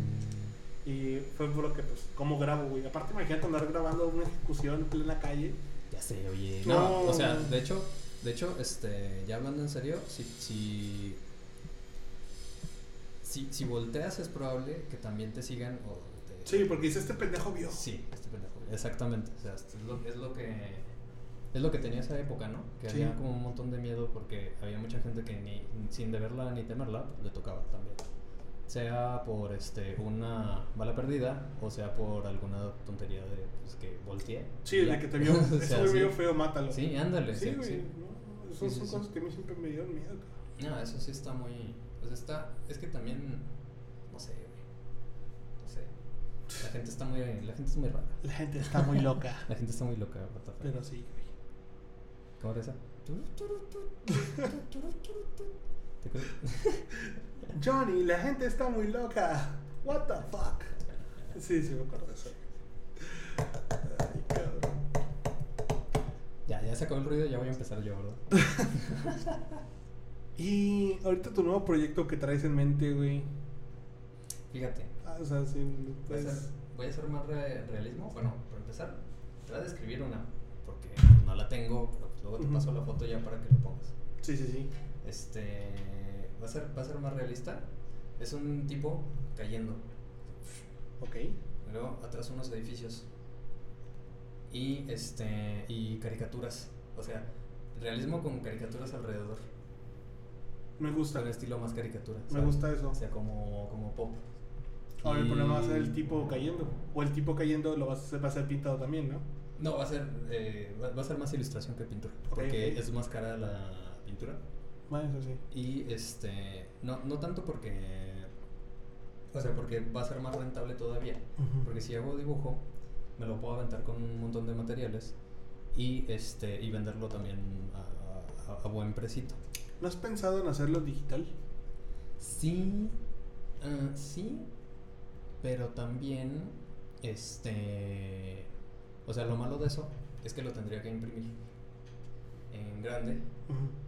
[SPEAKER 1] Y fue por lo que, pues, ¿cómo grabo, güey? Aparte, imagínate andar grabando una ejecución en plena calle.
[SPEAKER 2] Ya sé, oye. No,
[SPEAKER 1] No.
[SPEAKER 2] o sea, de hecho, de hecho, este, ya hablando en serio, si, si, si, si volteas es probable que también te sigan o te-
[SPEAKER 1] Sí, porque dice, este pendejo vio.
[SPEAKER 2] Sí, este pendejo. Exactamente. O sea, este, es lo, es lo que es lo que tenía esa época, ¿no? Que
[SPEAKER 1] Sí.
[SPEAKER 2] había como un montón de miedo porque había mucha gente que ni sin deberla ni temerla le tocaba también. Sea por este una bala perdida o sea por alguna tontería de pues, que volteé.
[SPEAKER 1] Sí,
[SPEAKER 2] y
[SPEAKER 1] el
[SPEAKER 2] ya.
[SPEAKER 1] de que te vio.
[SPEAKER 2] O
[SPEAKER 1] Ese
[SPEAKER 2] sea,
[SPEAKER 1] güey
[SPEAKER 2] sí.
[SPEAKER 1] vio feo, mátalo.
[SPEAKER 2] Sí, ándale, sí,
[SPEAKER 1] Sí, güey.
[SPEAKER 2] sí.
[SPEAKER 1] no, Esas
[SPEAKER 2] Sí,
[SPEAKER 1] son
[SPEAKER 2] sí,
[SPEAKER 1] cosas
[SPEAKER 2] sí.
[SPEAKER 1] que a mí siempre me dieron miedo, cabrón.
[SPEAKER 2] No, eso sí está muy. Pues está. Es que también. No sé, güey. No sé. La gente está muy. La gente es muy rara.
[SPEAKER 1] La gente está muy loca.
[SPEAKER 2] La gente está muy loca, what the fuck.
[SPEAKER 1] Pero sí, güey.
[SPEAKER 2] ¿Cómo era esa? ¿Te acuerdas?
[SPEAKER 1] Johnny, la gente está muy loca. What the fuck? Sí, sí, me acuerdo de eso. Ay, cabrón.
[SPEAKER 2] Ya, ya se acabó el ruido, ya voy a empezar yo, ¿verdad?
[SPEAKER 1] Y ahorita tu nuevo proyecto que traes en mente, güey.
[SPEAKER 2] Fíjate,
[SPEAKER 1] Ah, o sea, sí,
[SPEAKER 2] voy a
[SPEAKER 1] pues.
[SPEAKER 2] hacer- voy a hacer más re- realismo. Bueno, para empezar, te voy a describir una, porque no la tengo, pero pues luego te
[SPEAKER 1] Ujú.
[SPEAKER 2] paso la foto ya para que lo pongas.
[SPEAKER 1] Sí, sí, sí.
[SPEAKER 2] Este. Va a ser, va a ser más realista. Es un tipo cayendo.
[SPEAKER 1] Ok.
[SPEAKER 2] Luego atrás unos edificios. Y este. Y caricaturas. O sea, realismo con caricaturas alrededor.
[SPEAKER 1] Me gusta.
[SPEAKER 2] Un estilo más caricatura.
[SPEAKER 1] Me
[SPEAKER 2] ¿sabes?
[SPEAKER 1] gusta eso.
[SPEAKER 2] O sea, como, como pop.
[SPEAKER 1] Ahora el
[SPEAKER 2] Y-
[SPEAKER 1] problema va a ser el tipo cayendo. O el tipo cayendo lo vas a hacer, va a ser pintado también, ¿no?
[SPEAKER 2] No, va a ser, eh, va, va a ser más ilustración que pintura. Porque
[SPEAKER 1] ok.
[SPEAKER 2] es más cara la pintura.
[SPEAKER 1] Bueno, eso sí.
[SPEAKER 2] Y este. No, no tanto porque. O sea, porque va a ser más rentable todavía. Porque si hago dibujo, me lo puedo aventar con un montón de materiales y este y venderlo también a, a- a buen precito.
[SPEAKER 1] ¿No has pensado en hacerlo digital?
[SPEAKER 2] Sí, ah, sí, pero también este, o sea, lo malo de eso es que lo tendría que imprimir en grande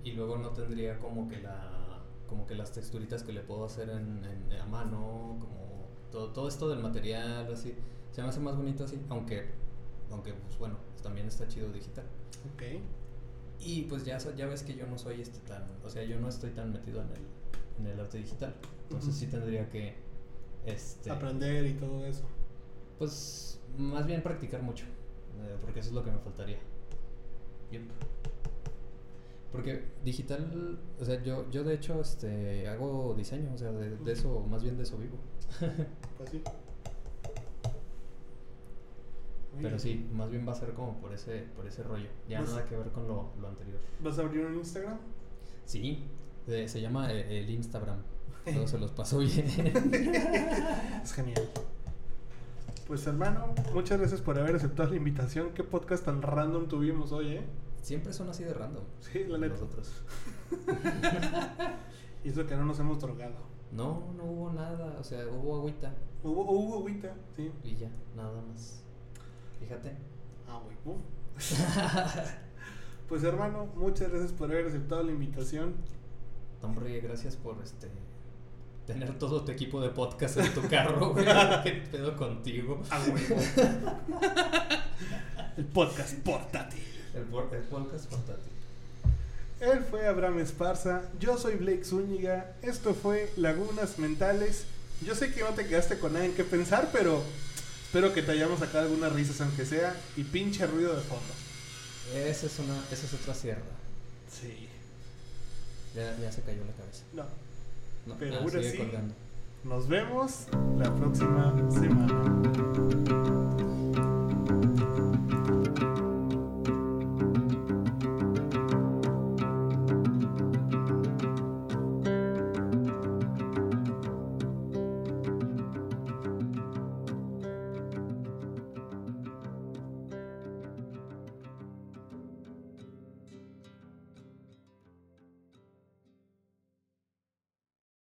[SPEAKER 2] y luego no tendría como que la como que las texturitas que le puedo hacer en, en- a mano como todo, todo esto del material así se me hace más bonito así aunque aunque pues bueno pues, también está chido digital
[SPEAKER 1] Ok.
[SPEAKER 2] y pues ya so- ya ves que yo no soy este tan o sea yo no estoy tan metido en el en el arte digital entonces
[SPEAKER 1] Ujú.
[SPEAKER 2] sí tendría que este
[SPEAKER 1] Aprender y todo eso.
[SPEAKER 2] pues más bien practicar mucho, eh, porque eso es lo que me faltaría. Yep. Porque digital, o sea, yo, yo de hecho este, hago diseño, o sea, de, de eso, más bien de eso vivo.
[SPEAKER 1] Pues sí. Muy
[SPEAKER 2] Pero
[SPEAKER 1] bien.
[SPEAKER 2] sí, más bien va a ser como por ese, por ese rollo. Ya
[SPEAKER 1] Pues-
[SPEAKER 2] nada que ver con lo, lo anterior.
[SPEAKER 1] ¿Vas a abrir un Instagram?
[SPEAKER 2] Sí, eh, se llama eh, el Instagram. Luego se los paso bien.
[SPEAKER 1] Es genial. Pues hermano, muchas gracias por haber aceptado la invitación. Qué podcast tan random tuvimos hoy, ¿eh?
[SPEAKER 2] Siempre son así de random.
[SPEAKER 1] Sí, la neta.
[SPEAKER 2] Nosotros.
[SPEAKER 1] Y eso que no nos hemos drogado.
[SPEAKER 2] No, no hubo nada, o sea, hubo agüita.
[SPEAKER 1] Hubo, hubo agüita, sí.
[SPEAKER 2] Y ya, nada más. Fíjate.
[SPEAKER 1] Ah, güey. uf. Pues hermano, muchas gracias por haber aceptado la invitación.
[SPEAKER 2] Hombre, gracias por este tener todo tu equipo de podcast en tu carro, güey. ¿Qué pedo contigo?
[SPEAKER 1] A huevo. Ah, El podcast portátil.
[SPEAKER 2] El, por- el podcast portátil.
[SPEAKER 1] Él fue Abraham Esparza, yo soy Blake Zúñiga, esto fue Lagunas Mentales. Yo sé que no te quedaste con nada en qué pensar, pero Espero que te hayamos sacado algunas risas, aunque sea, y pinche ruido de fondo.
[SPEAKER 2] Esa es, una, esa es otra sierra.
[SPEAKER 1] Sí.
[SPEAKER 2] Ya, ya se cayó la cabeza.
[SPEAKER 1] No.
[SPEAKER 2] No,
[SPEAKER 1] Pero
[SPEAKER 2] ah,
[SPEAKER 1] aún
[SPEAKER 2] sigue
[SPEAKER 1] así-
[SPEAKER 2] colgando.
[SPEAKER 1] Nos vemos la próxima semana.